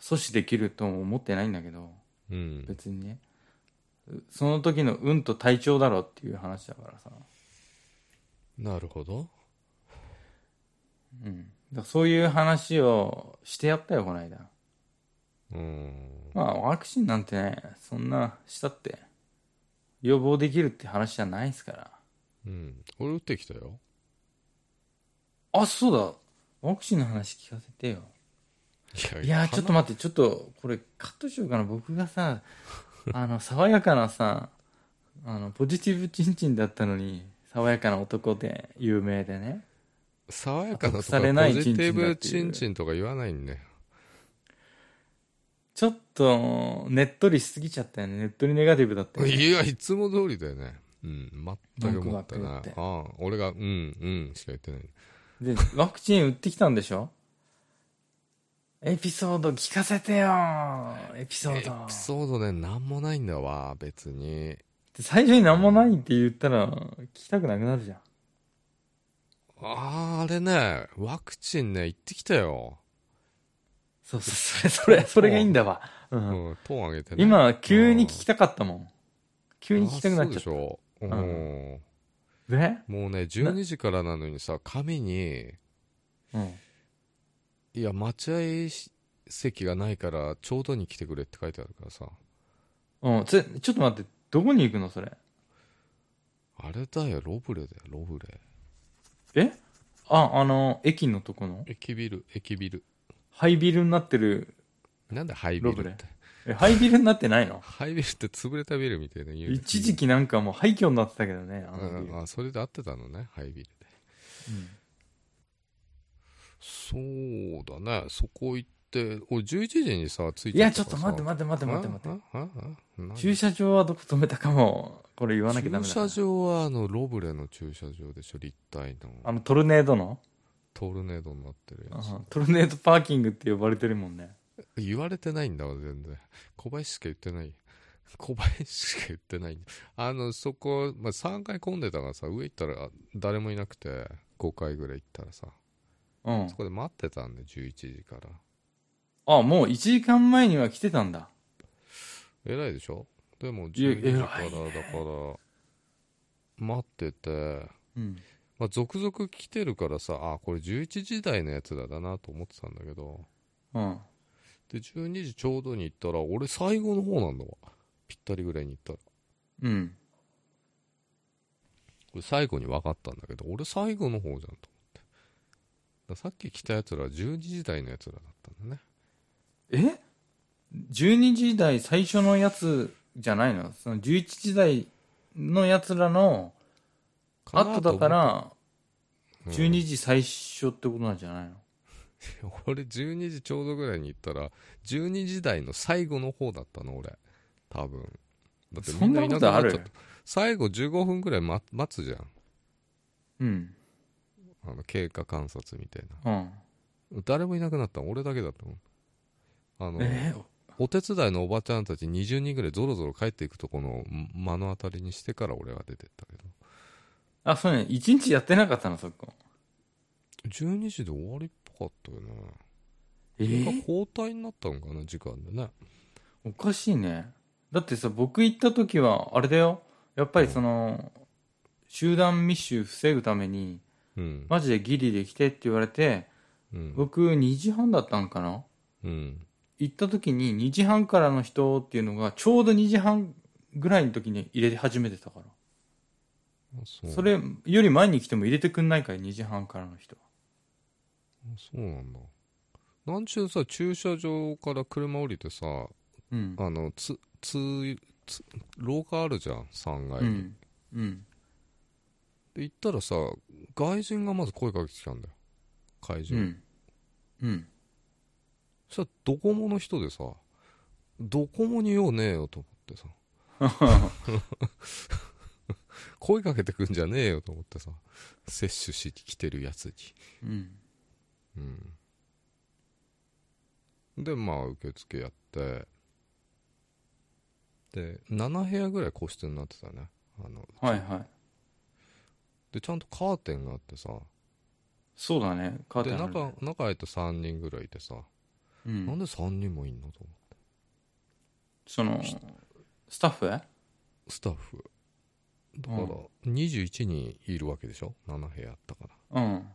阻止できるとも思ってないんだけど
うん。
別にねうその時の運と体調だろっていう話だからさ、
なるほど。
うん、だからそういう話をしてやったよこの間
うん。
まあワクチンなんてねそんなしたって予防できるって話じゃないですから
うん。俺打ってきたよ。
あそうだワクチンの話聞かせてよいやーちょっと待ってちょっとこれカットしようかな僕がさあの爽やかなさあのポジティブチンチンだったのに爽やかな男で有名でね
[laughs] 爽やかなとか
隠されない
ポジティブ
チンチンだってい
チ
う
ンチンとか言わないんだよ
ちょっと、ねっとりしすぎちゃったよね。ねっとりネガティブだったよね。
いやいつも通りだよねうん全く思った
文句ばっ
な
かり言って
ああ俺が「うんうん」しか言ってない
で、ワクチン打ってきたんでしょエピソード聞かせてよエピソ
エ
ー
ピ
ド。
ソードね何もないんだわ別に
で最初に何もないって言ったら、聞きたくなくなるじゃん。
あーあれねワクチンね行ってきたよ、
そうそう、それ、それ、それがいいんだわ。う。
うんん、トーン上げてね
今、急に聞きたかったもん。急に聞きたくなっ
あ
ち
ーそう
ゃ
で
っ
しょうん
んた。ね
もうね12時からなのにさ紙に
うん。
「いや待合席がないからちょうどに来てくれ」って書いてあるからさ
うん、つちょっと待って、どこに行くのそれ。
あれだよロブレだよロブレ
えあ、あの、駅のとこの
駅ビル駅ビル
ハイビルになってる。
なんでハイビ
ロブ
ルっ
レ
て
え、ハイビルになってない
[laughs]
の
ハイビルって潰れたビルみたいな言うね
一時期なんかもう廃墟になってたけどね、あ
う
のビル。
んあそれで合ってたのねハイビルで
うん
そうだねそこ行って俺11時にさ着い
いや、ちょっと待って待って待って
て
待って待って。
って
駐車場はどこ止めたかも、これ言わなきゃダメだな。
駐車場はあのロブレの駐車場でしょ立体
あ
の
の、トルネードの、
トルネードになってるや
うんトルネードパーキングって呼ばれてるもんね。
つ言われてないんだわ全然小林しか言ってない小林しか言ってないあのそこ、まあ、3階混んでたからさ上行ったら誰もいなくて5階ぐらい行ったらさ
うん
そ。こで待ってたんで11時から
あ、もう1時間前には来てたんだ。
偉いでしょでも
いや
12時
偉い
からだから待ってて
うん。
まあ、続々来てるからさあこれ11時台のやつだだなと思ってたんだけど
うん。
で12時ちょうどに行ったら俺最後の方なんだわぴったりぐらいに行ったら
うん。
これ最後に分かったんだけど俺最後の方じゃんと思ってだからさっき来たやつら12時台のやつらだったんだね
え ?12 時台最初のやつじゃないのその11時台のやつらの
かな
後だか
と
ら、
思って、うん
12時最初ってことなんじゃないの、
[laughs] 俺12時ちょうどぐらいに行ったら12時台の最後の方だったの俺多分だってみんないなくなっちゃ
そん
っ
なことある
た最後15分ぐらい待待つじゃん
うん。
あの経過観察みたいな
うん。
誰もいなくなったの俺だけだったもんあの、
え
お手伝いのおばちゃんたち20人ぐらいぞろぞろ帰っていくとこのん目の当たりにしてから俺は出てったけど
あ、そうね。1日やってなかったの、そこ。
12時で終わりっぽかったよね
え
なんか交代になったのかな時間でね
おかしいね。だってさ、僕行った時は、あれだよ。やっぱりその、集団密集防ぐために、
うん、
マジでギリで来てって言われて、
うん
僕2時半だったんかな
うん
行った時に2時半からの人っていうのがちょうど2時半ぐらいの時に入れ始めてたから、
あそう
それより前に来ても入れてくんないから2時半からの人は
あそうなんだなんちゅうさ駐車場から車降りてさ
うん
あのつつつ廊下あるじゃん3階
う
に、
んうん
で行ったらさ外人がまず声かけてきたんだよ会
う
場、
んうん
そしたらドコモの人でさドコモに用ねえよと思って
[laughs]
さ [laughs] 声かけてくんじゃねえよと思ってさ接種しに来てるやつに
うん
うんでまあ受付やってで7部屋ぐらい個室になってたねあの
はいはい
でちゃんとカーテンがあってさ
そうだねカーテ
で
ンある
中中入って3人ぐらいいてさ、
う
なん
ん
で3人もいんのと思っ
そのスタッフ
てスタッフだから
うん
21人いるわけでしょ7部屋あったから
うん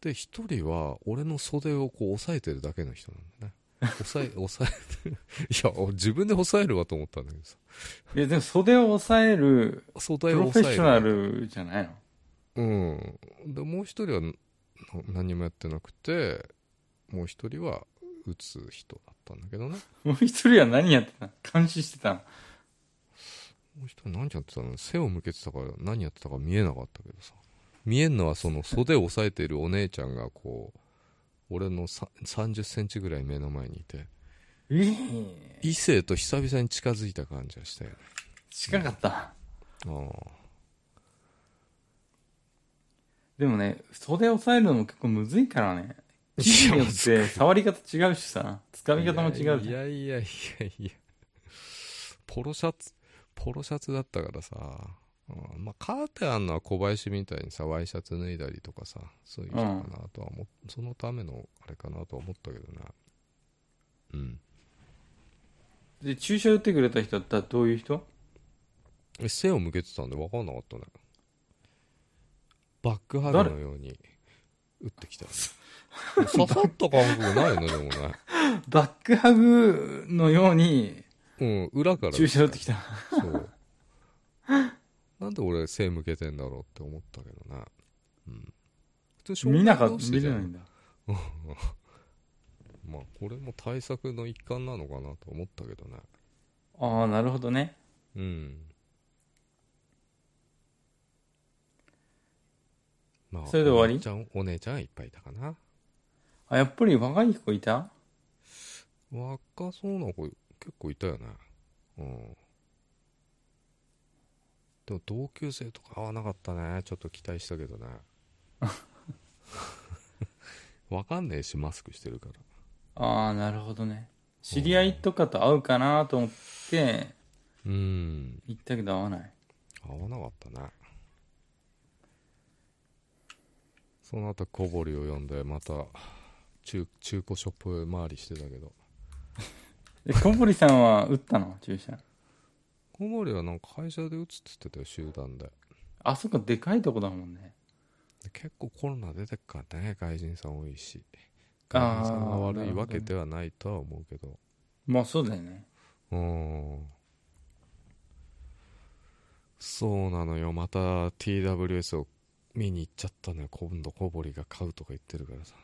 で1人は俺の袖をこう押さえてるだけの人なんだね
[laughs]
押さえ押さえてるいや俺自分で押さえるわと思ったんだけどさ
いやでも袖を押さえるプ
袖を
ロフ
押
ェ
さ
ッ
え
ショ
る
ナルじゃないの
うんでもう一人はな何もやってなくてもう一人は打つ人だったんだけどね
もう一人は何やってたの監視してたの
もう一人何やってたの背を向けてたから何やってたか見えなかったけどさ見えんのはその袖を押さえているお姉ちゃんがこう俺のさ30センチぐらい目の前にいて
ええ
異性と久々に近づいた感じがしたよね
近かった。
ああ
でもね、袖押さえるのも結構むずいからね。生地によって触り方違うしさ、掴み方も違う
い
じゃん。
やいやいやいやポロシャツポロシャツだったからさ、うんまあ、カーテンあんのは小林みたいにさワイシャツ脱いだりとかさそういう人かなとは思っ、そのためのあれかなとは思ったけどなうん
で、注射打ってくれた人だったらどういう人
え背を向けてたんで分かんなかったねバックハグのように打ってきた刺さった感覚ないねでもね
バックハグのように
うん裏から
注射打ってきた。
そう。なんで俺背向けてんだろうって思ったけどな。うん。普通
見なかった、
正面
見
同士じ
れ
ゃ
ない
ん
んだ。
まあこれも対策の一環なのかなと思ったけどね。
ああ、なるほどね。
うん。まあ、
それで終わり
お姉ちゃんお姉ちゃんはいっぱいいたかな。
あ、やっぱり若い子いた
若そうな子結構いたよね。うん。でも同級生とか合わなかったね。ちょっと期待したけ [laughs] どね。わかんねえし、マスクしてるから。
ああ、なるほどね。知り合いとかと会うかなと思って、
うん。
行ったけど会わない。
合わなかったね。その後、小堀を呼んで、また、中、中古ショップ回りしてたけど。
で、小堀さんは打ったの注射。
小堀はなんか会社で打つって言ってたよ、集団で。
あそこでかいとこだもんね。
で結構コロナ出てっからね外人さん多いし
あー
外人さんが悪いわけではないとは思うけど
まあそうだよね。
うーんそうなのよまた TWS を見に行っちゃったのよ今度小堀が買うとか言ってるからさ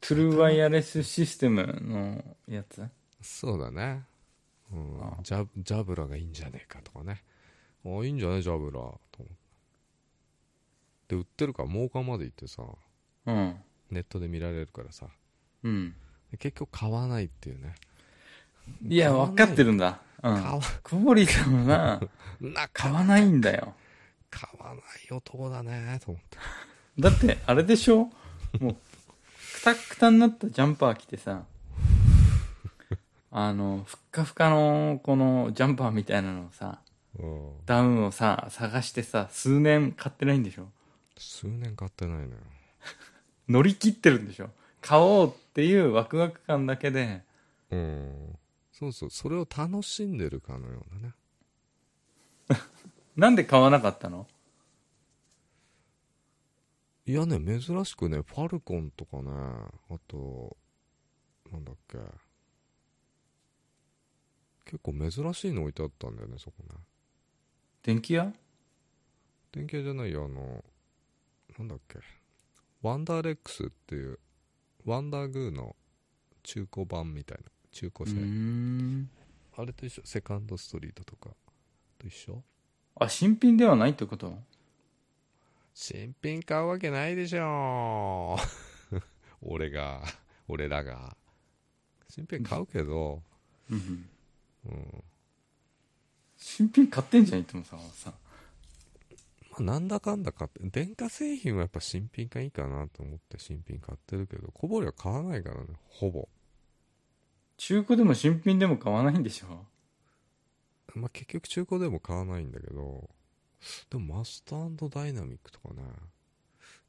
トゥルーワイヤレスシステムのやつ
そうだねうん
あー
ジャジャブラがいいんじゃねえかとかねあーいいんじゃないジャブラと思ってで売ってるから儲かまで行ってさ
うん。
ネットで見られるからさ
うん。
で結局買わないっていうね
いや、
買わない
分かってるんだ。う
買わ
ん。小堀さんはな、
な
買わないんだよ。
買わない男だねと思って
だって、あれでしょもう、くたくたになったジャンパー着てさ、あの、ふっかふかの、この、ジャンパーみたいなのをさ、
うん
ダウンをさ、探してさ、数年買ってないんでしょ
数年買ってないのよ
乗り切ってるんでしょ買おうっていうワクワク感だけで、
うんそうそうそれを楽しんでるかのようなね
なんで買わなかったの
いやね珍しくねファルコンとかねあとなんだっけ結構珍しいの置いてあったんだよねそこね
電気屋
電気屋じゃないよあのなんだっけワンダーレックスっていうワンダーグーの中古版みたいな中
う
古
ー
製、
ん。
あれと一緒セカンドストリートとかと一緒
あ、新品ではないってこと
新品買うわけないでしょ [laughs] 俺が俺らが新品買うけど、
うん。
うん
新品買ってんじゃん、いつもさ、さ。
まあ、なんだかんだ買って電化製品はやっぱ新品がいいかなと思って新品買ってるけど小堀は買わないからねほぼ、
中古でも新品でも買わないんでしょ
まあ、結局中古でも買わないんだけどでもマスターダイナミックとかね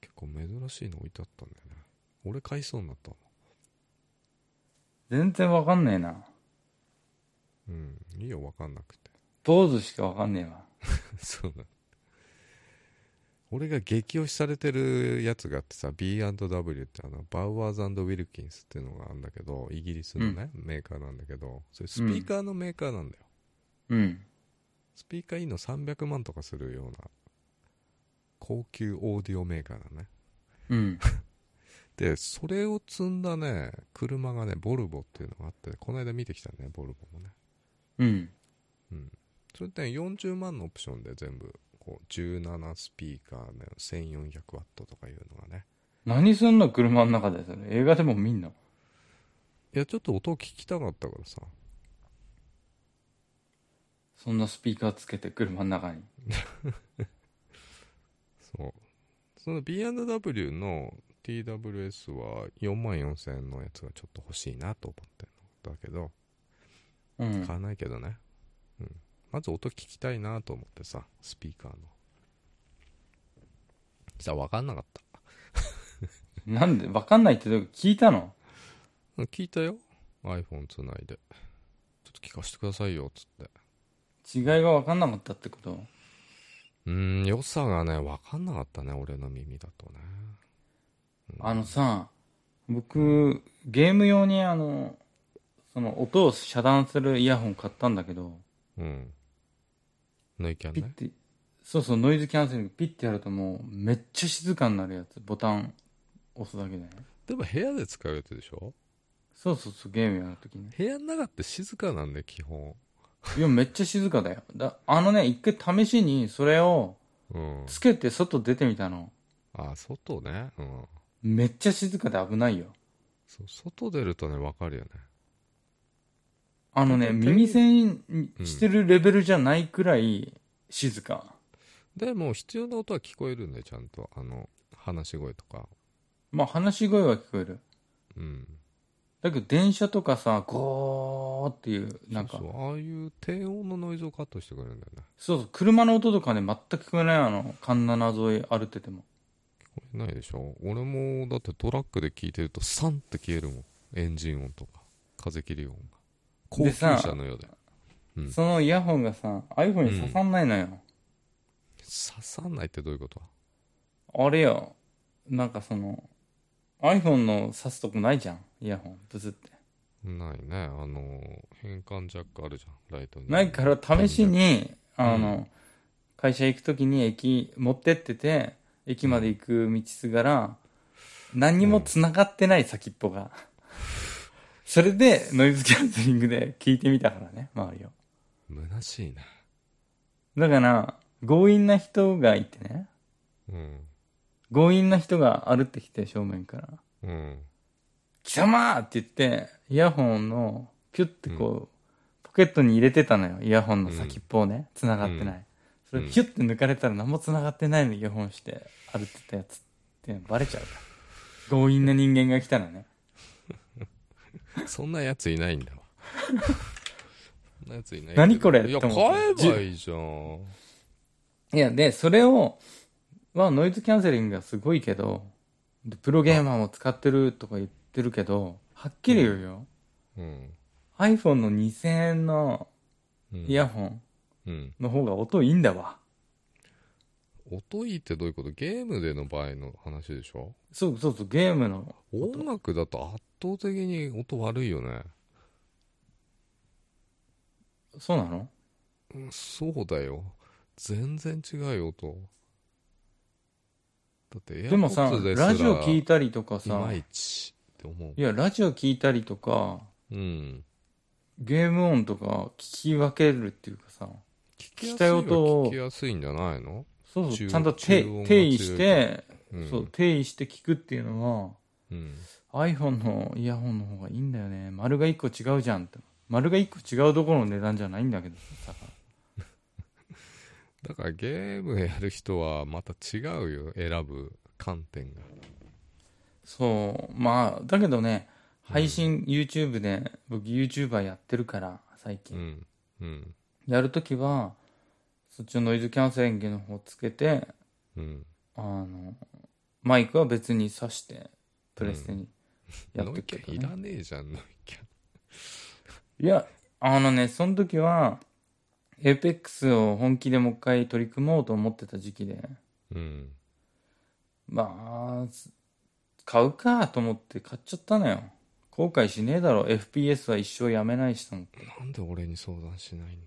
結構珍しいの置いてあったんだよね俺買いそうになったもん
全然わかんねえな。
うんいいよ分かんなくて
坊主しかわかんねえわ。
[laughs] そうなの俺が激推しされてるやつがあってさ B&W ってあのバウアーズウィルキンスっていうのがあるんだけどイギリスのね、メーカーなんだけどそれスピーカーのメーカーなんだよ、
うん。
スピーカーいいの300万とかするような高級オーディオメーカーだね
うん。
でそれを積んだね車がねボルボっていうのがあってこの間見てきたねボルボもね
うん。
うんそれって40万のオプションで全部こう17スピーカーの1400ワットとかいうのがね
何すんの車の中でそれ映画でも見んの
いやちょっと音を聞きたかったからさ
そんなスピーカーつけて車の中に
そうその B&W の TWS は4万4000円のやつがちょっと欲しいなと思ってるんだけど
うん
買わないけどね、うん、まず音聞きたいなと思ってさスピーカーのしたら分かんなかった
なんで分かんないってどういうこと聞いたの
うん聞いたよ iPhone つないでちょっと聞かせてくださいよっつって
違いが分かんなかったってこと
うーん良さがね分かんなかったね俺の耳だとね
あのさ僕ゲーム用にあのその音を遮断するイヤホン買ったんだけど
うんノイキャ
ピ
ン
ッ
ね
てそうそうノイズキャンセリングピッてやるともうめっちゃ静かになるやつボタン押すだけでね
でも部屋で使うやつでしょ
そうそうそうゲームやるときね
部屋の中って静かなんで基本
いやめっちゃ静かだよだあのね一回試しにそれを
うん
つけて外出てみたの
あ外ねうん
めっちゃ静かで危ないよ
そう外出るとね分かるよね
あのね
うん
耳栓してるレベルじゃないくらい静か、
でも必要な音は聞こえるんでちゃんとあの話し声とか
まあ話し声は聞こえる
うん
だけど電車とかさゴーっていうなんか
そうそうああいう低音のノイズをカットしてくれるんだよね
そうそう車の音とかね全く聞こえないあのカンナナ沿い歩いてても
聞こえないでしょ俺もだってトラックで聞いてるとサンって消えるもんエンジン音とか風切り音が高級
でさ
車のようでうん
そのイヤホンがさ iPhone に刺さんないのよ、
刺さんないってどういうこと
あれよなんかその iPhone の刺すとこないじゃんイヤホンブスって
ないねあの変換ジャックあるじゃんライトに
ないから試しにあの、会社行く時に駅持ってってて駅まで行く道すがら何にも繋がってない先っぽが、それでノイズキャンセリングで聞いてみたからね周りを
虚しいね
だから強引な人がいてね
うん
強引な人が歩ってきて正面から
うん
「貴様!」って言ってイヤホンのピュッてこう、ポケットに入れてたのよイヤホンの先っぽをね繋がってない、それ
うん
ピュッて抜かれたら何も繋がってないのイヤホンして歩いてたやつってバレちゃうから強引な人間が来たらね
そんなやついないんだわそんなやついないけど
何これ
いや
って
買
思って
えばいいじゃん
いやでそれをはノイズキャンセリングがすごいけどでプロゲーマーも使ってるとか言ってるけどはっきり言うよ、
うん、
iPhone の2000円の
うん、
イヤホン
うん
の方が音いいんだわ、
音いいってどういうことゲームでの場合の話でしょ
そうそうそうゲームの
音楽だと圧倒的に音悪いよね
そうなの
うんそうだよ全然違うよ音だってエア
でもさ
ポッツですら
ラジオ聞いたりとか
い
さ
まいちって思う
いやラジオ聞いたりとか
うん
ゲーム音とか聞き分けるっていうかさ
聞きや
き
す
た
い
い
は
音を
聞きやすいんじゃないの、
そうそ
中
うちゃんと
中
定
音が強い
定位して、
うん、
そう定位して聞くっていうの
うん、
は iPhone のイヤホンの方がいいんだよね丸が1個違うじゃんって丸が1個違うどころの値段じゃないんだけどさ
だからゲームやる人はまた違うよ選ぶ観点が
そうまあだけどね配信 YouTube で僕 YouTuber やってるから最
う
近
んうん
やるときはそっちのノイズキャンセリングの方つけて
うん
あのマイクは別に挿してプレステにやっ
ノ
て
イ
る
キ
け
ャ
ど
ンい
ね、
らねえじゃんノイキャン
いやあのねその時は APEX を本気でもう一回取り組もうと思ってた時期で
うん
まあす買うかと思って買っちゃったのよ後悔しねえだろ FPS は一生やめないしと思って
なんで俺に相談しないんだよ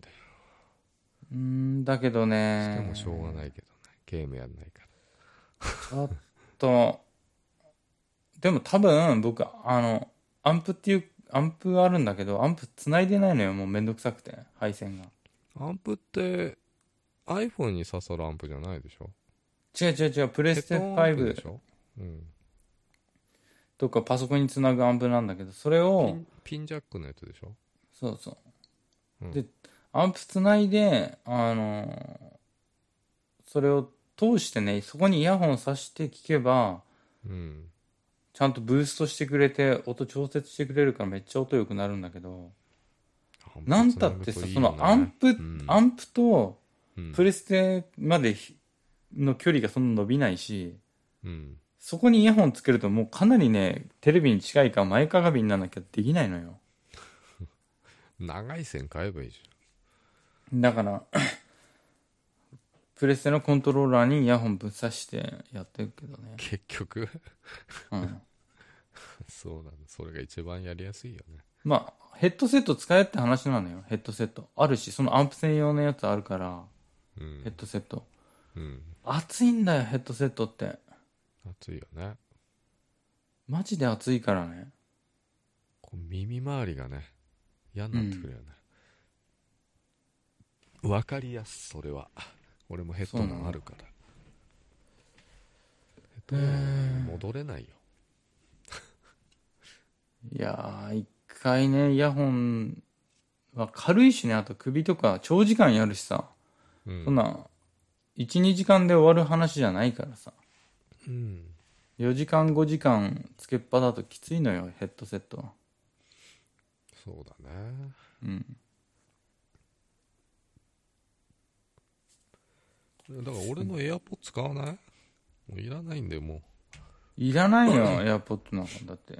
うーんだけどね
してもしょうがないけどね、ゲームやんないか
ちょっと、でも多分僕、あの、アンプっていう、アンプあるんだけど、アンプ繋いでないのよ、もうめんどくさくて、配線が。
らアンプって iPhone に刺さるアンプじゃないでしょ
違う違う違う、プレステ
ヘッドアンプで
5
しょ、うん、
とかパソコンにつなぐアンプなんだけど、それ
ピ
を、
ンピンジャックのやつでしょ
そうそう。
うん
で、アンプつないで、あのーそれを通してね、そこにイヤホンさして聞けば、
うん
ちゃんとブーストしてくれて、音調節してくれるからめっちゃ音良くなるんだけど、なんたってさ、そのアンプ、アンプとプ
レ
レステまでひの距離がそんな伸びないし、
うん
そこにイヤホンつけるともうかなりね、テレビに近いか前かがみにならなきゃできないのよ。
長い線買えばいいじ
だから、 [clears throat] プレステのコントローラーにイヤホンぶっ刺してやってるけどね
ゃん。結局 [laughs]
うん。
そうなんだそれが一番やりやすいよね
まあ、ヘッドセット使えって話なのよ、ヘッドセット。あるし、そのアンプ専用のやつあるから、
う
ヘッ
ん、
ドセット。
うん、
熱いんだよ、ヘッドセットって。
熱いよね
マジで熱いからね。
こう耳周りがね嫌になってくるよねわ、かりやすそれは俺もヘッド
そうな
マン
の
あるからヘッドマン戻れないよ
いやー、一回ね、イヤホンは軽いしね、あと首とか長時間やるしさ。
うん
そんな、1、2時間で終わる話じゃないからさ。
うん
4時間、5時間つけっぱだときついのよ、ヘッドセットは。
そうだね
うん。
だから俺のエアポッツ買わないもういらないんだよもう
いらないよ、エアポッドなんか。だって、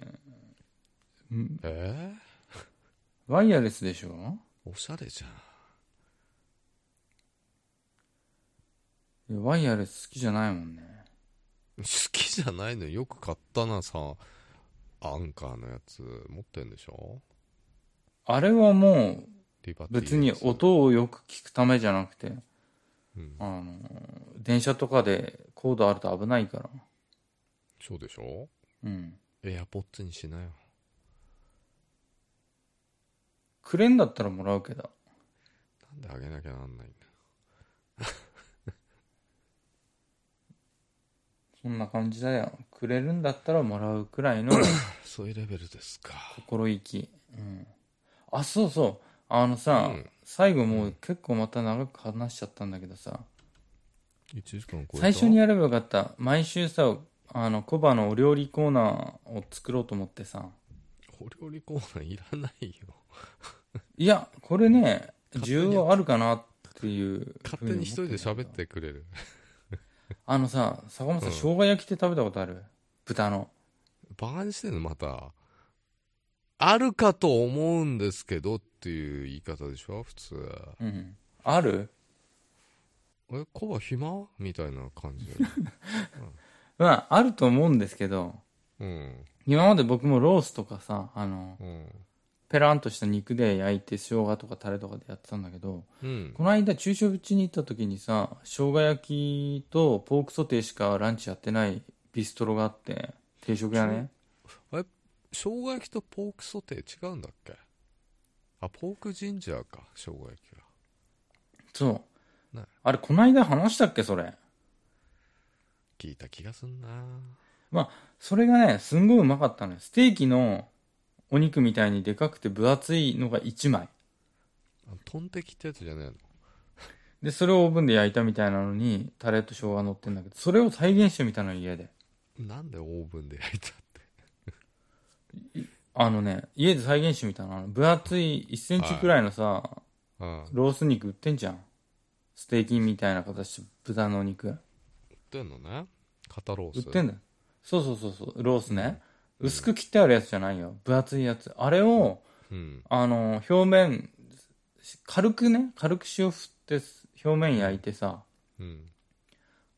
え
ワイヤレスでしょ
ー、おしゃれじゃん
いやワイヤレス好きじゃないもんね。
好きじゃないのよく買ったなさアンカーのやつ持ってんでしょ
あれはも
リバテ
う、
ィのやつ
別に音をよく聞くためじゃなくて、
うん
あの、電車とかでコードあると危ないから。
そうでしょ
うん。
エアポッツにしなよ
くれんだったらもらうけど。
なんであげなきゃなんないんだ
そんな感じだよ。くれるんだったらもらうくらい
[coughs]
の
そういうレベルですか
心意気。うん。あ、そうそう。あのさ、
うん
最後もう結構また長く話しちゃったんだけどさ、
1時間超えた
最初にやればよかった。毎週さ、あの、コバのお料理コーナーを作ろうと思ってさ。
お料理コーナーいらない [laughs] よ
いや、これね、
勝手に
需要あるかなっていう。
勝手に一人で
ふう
喋っ
に思んだけど。
てくれる
あのさ、坂本さん、
うん
生姜焼きって食べたことある豚の。
バカにしてんのまたあるかと思うんですけどっていう言い方でしょ普通
うん。ある
えコバ暇みたいな感じ [laughs]
まあ、あると思うんですけど、
うん
今まで僕もロースとかさ、あの、
うん
ペランとした肉で焼いて生姜とかタレとかでやってたんだけど、
うん
この間昼食地に行った時にさ、生姜焼きとポークソテーしかランチやってないビストロがあって、定食屋ね。
生姜焼きとポークソテー違うんだっけあポークジンジャーか生姜焼きが
そう
ね。
あれ、この間話したっけ、それ。
聞いた気がすんな
それがね、すんごいうまかったのよ。ステーキのお肉みたいにでかくて分厚いのが1枚。
あトンテキってやつじゃねえの
で、それをオーブンで焼いたみたいなのに、タレと生姜乗ってんだけど、それを再現してみたのよ、家で。
なんでオーブンで
[laughs]
焼いたって
あのね、家で再現してみたの。あの分厚い1センチくらいのさ、
ああ
ロース肉売ってんじゃん。ステーキみたいな形、豚のお肉。
売ってんのね肩
売
ロー
っ
ス
てんだよ。そうそうそうそう、ロースね。薄く切ってあるやつじゃないよ。分厚いやつ。あれを、
うん
あの、表面、軽くね、軽く塩振って、表面焼いてさ、
うん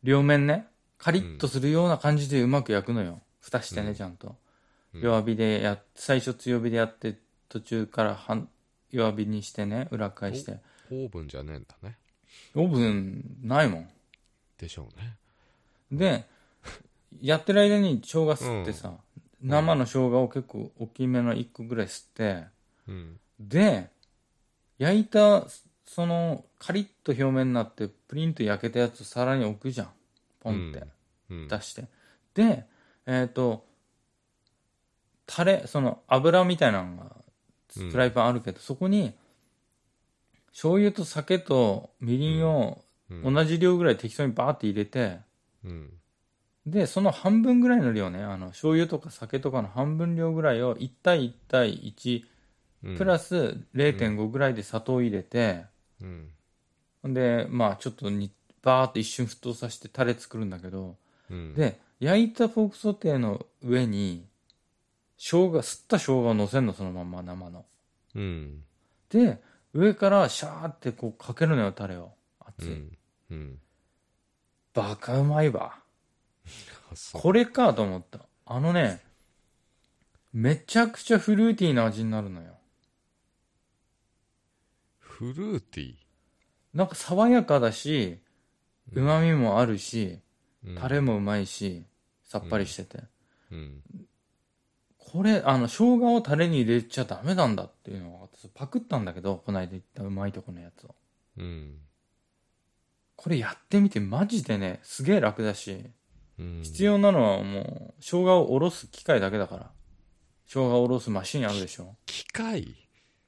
両面ね、カリッとするような感じでうまく焼くのよ。蓋してね、ちゃんと。
うん
弱火でやっ、最初強火でやって、途中から半弱火にしてね、裏返して。
オーブンじゃねえんだね
オーブンないもん。
でしょうね
で、やってる間に生姜吸ってさ、生の生姜を結構大きめの1個ぐらい吸って、
うん
で、焼いたそのカリッと表面になってプリンと焼けたやつ皿に置くじゃんポンって、
うん
出してでえっ、とタレその油みたいなのが
うん
フライパンあるけど、そこに醤油と酒とみりんを
うん
同じ量ぐらい適当にバーって入れて、
うん
でその半分ぐらいの量ねあの醤油とか酒とかの半分量ぐらいを1対1対1
うん
プラス0.5ぐらいで砂糖入れて、
うん
でまあちょっとにバーって一瞬沸騰させてタレ作るんだけど、
うん
で焼いたポークソテーの上に生姜すった生姜をのせるのそのまんま生の
うん
で上からシャーってこうかけるのよタレを熱
う
い、
んうん
バカうまいわ
あそう
これかと思ったあのねめちゃくちゃフルーティーな味になるのよ
フルーティ
なんか爽やかだし
う
うんまみもあるし、
ー
タレもうまいしさっぱりしてて、
うん
これあの生姜をタレに入れちゃダメなんだっていうのが分かったパクったんだけどこないだ言ったうまいとこのやつを
うん
これやってみてマジでねすげえ楽だし
うん
必要なのはもう生姜をおろす機械だけだから生姜をおろすマシンあるでしょ
機械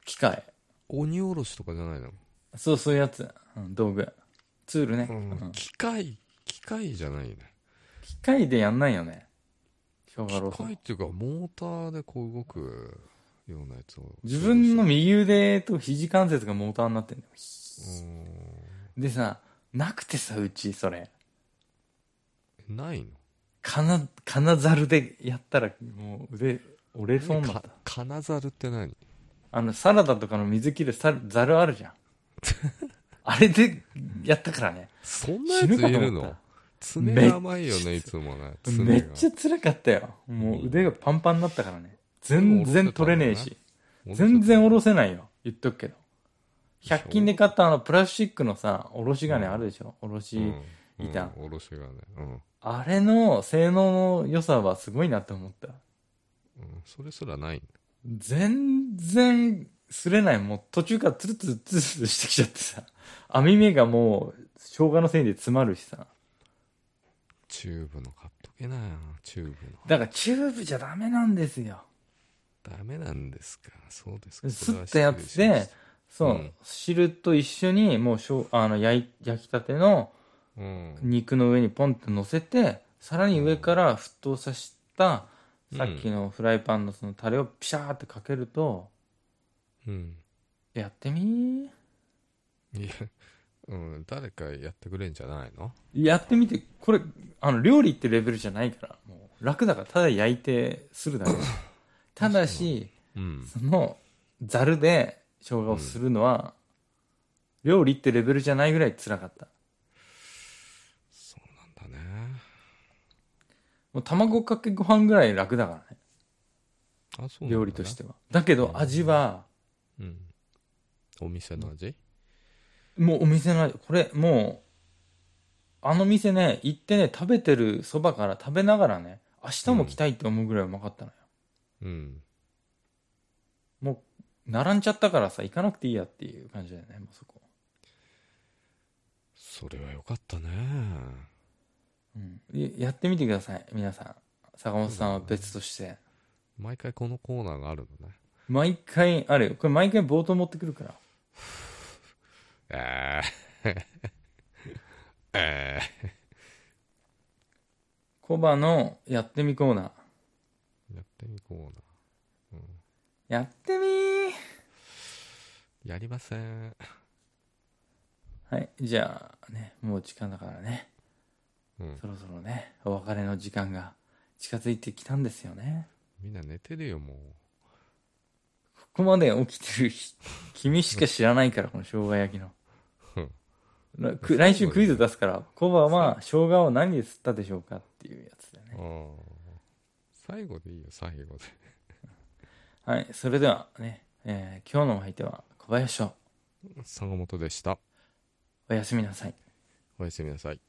機械
鬼おろしとかじゃないの
そうそういうやつ、うん、道具ツールね、うん
機械機械じゃないよね
機械でやんないよね生姜
機
ロース
械っていうかモーターでこう動くようなやつを
自分の右腕と肘関節がモーターになってんだよでさなくてさうちそれ
うんないの
金金ざるでやったらもう腕折れそうになった
か金ざるって何
あのサラダとかの水切るさざるあるじゃ [laughs] んあれでやったからね
そんなや
死
つ
ぬか
い
と
る
思っ
の
た
爪が甘いよねいつもね爪が
めっちゃ辛かったよもう腕がパンパンになったからね全然取れねえし全然おろせないよ言っとくけど100均で買ったあのプラスチックのさおろし金あるでしょおろし、
うん
板
うんおろしがねうん
あれの性能の良さはすごいなと思った
うんそれすらない
全然擦れないもう途中からツルツルツルツルしてきちゃってさ網目がもう生姜のせいで詰まるしさ
チューブの買っとけなよチューブの
だからチューブじゃダメなんですよ
ダメなんですかそうですか
すったやつで
それは失礼し
そう、
うん
汁と一緒にもうしょうあの焼い焼きたての
ました
肉の上にポンって乗せてさらに上から沸騰させた、
うん
さっきのフライパンのそのタレをピシャーってかけると
うんうん
やってみ
いや、うん、誰かやってくれんじゃないの
やってみてこれあの料理ってレベルじゃないからもう楽だからただ焼いてするだけただし
うん。
そのざるで生姜をするのは、料理ってレベルじゃないぐらい辛かった
そうなんだね。
もう卵かけご飯ぐらい楽だからね
あ、そうなんだね
料理とし。てはだけど味は
うん。お店の味
もうお店の味これもうあの店ね行ってね食べてるそばから食べながらね明日も来たいって思うぐらいうまかったのよ、
うん。
もう並んじゃったからさ行かなくていいやっていう感じだよねもうそこ
それはよかったね。
うん、いやってみてください皆さん坂本さんは別として
毎回このコーナーがあるのね。
毎回あれよこれ毎回冒頭持ってくるから
えー、え
コバのやってみコーナー
ー、やってみコーナー。
やってみ
やりません。
ーはいじゃあねもう時間だからね
うん。
そろそろねお別れの時間が近づいてきたんですよね
みんな寝てるよ、もう。
ここまで起きてる
[laughs]
ひ君しか知らないからこの生姜焼きの
うん
らく来週クイズ出すからコバは生姜を何で吸ったでしょうかっていうやつだよね
ああ。最後でいいよ、最後で。 [laughs]
はい、それではね、えー今日のお相手は小林翔。
坂本でした。
おやすみなさい。
おやすみなさい。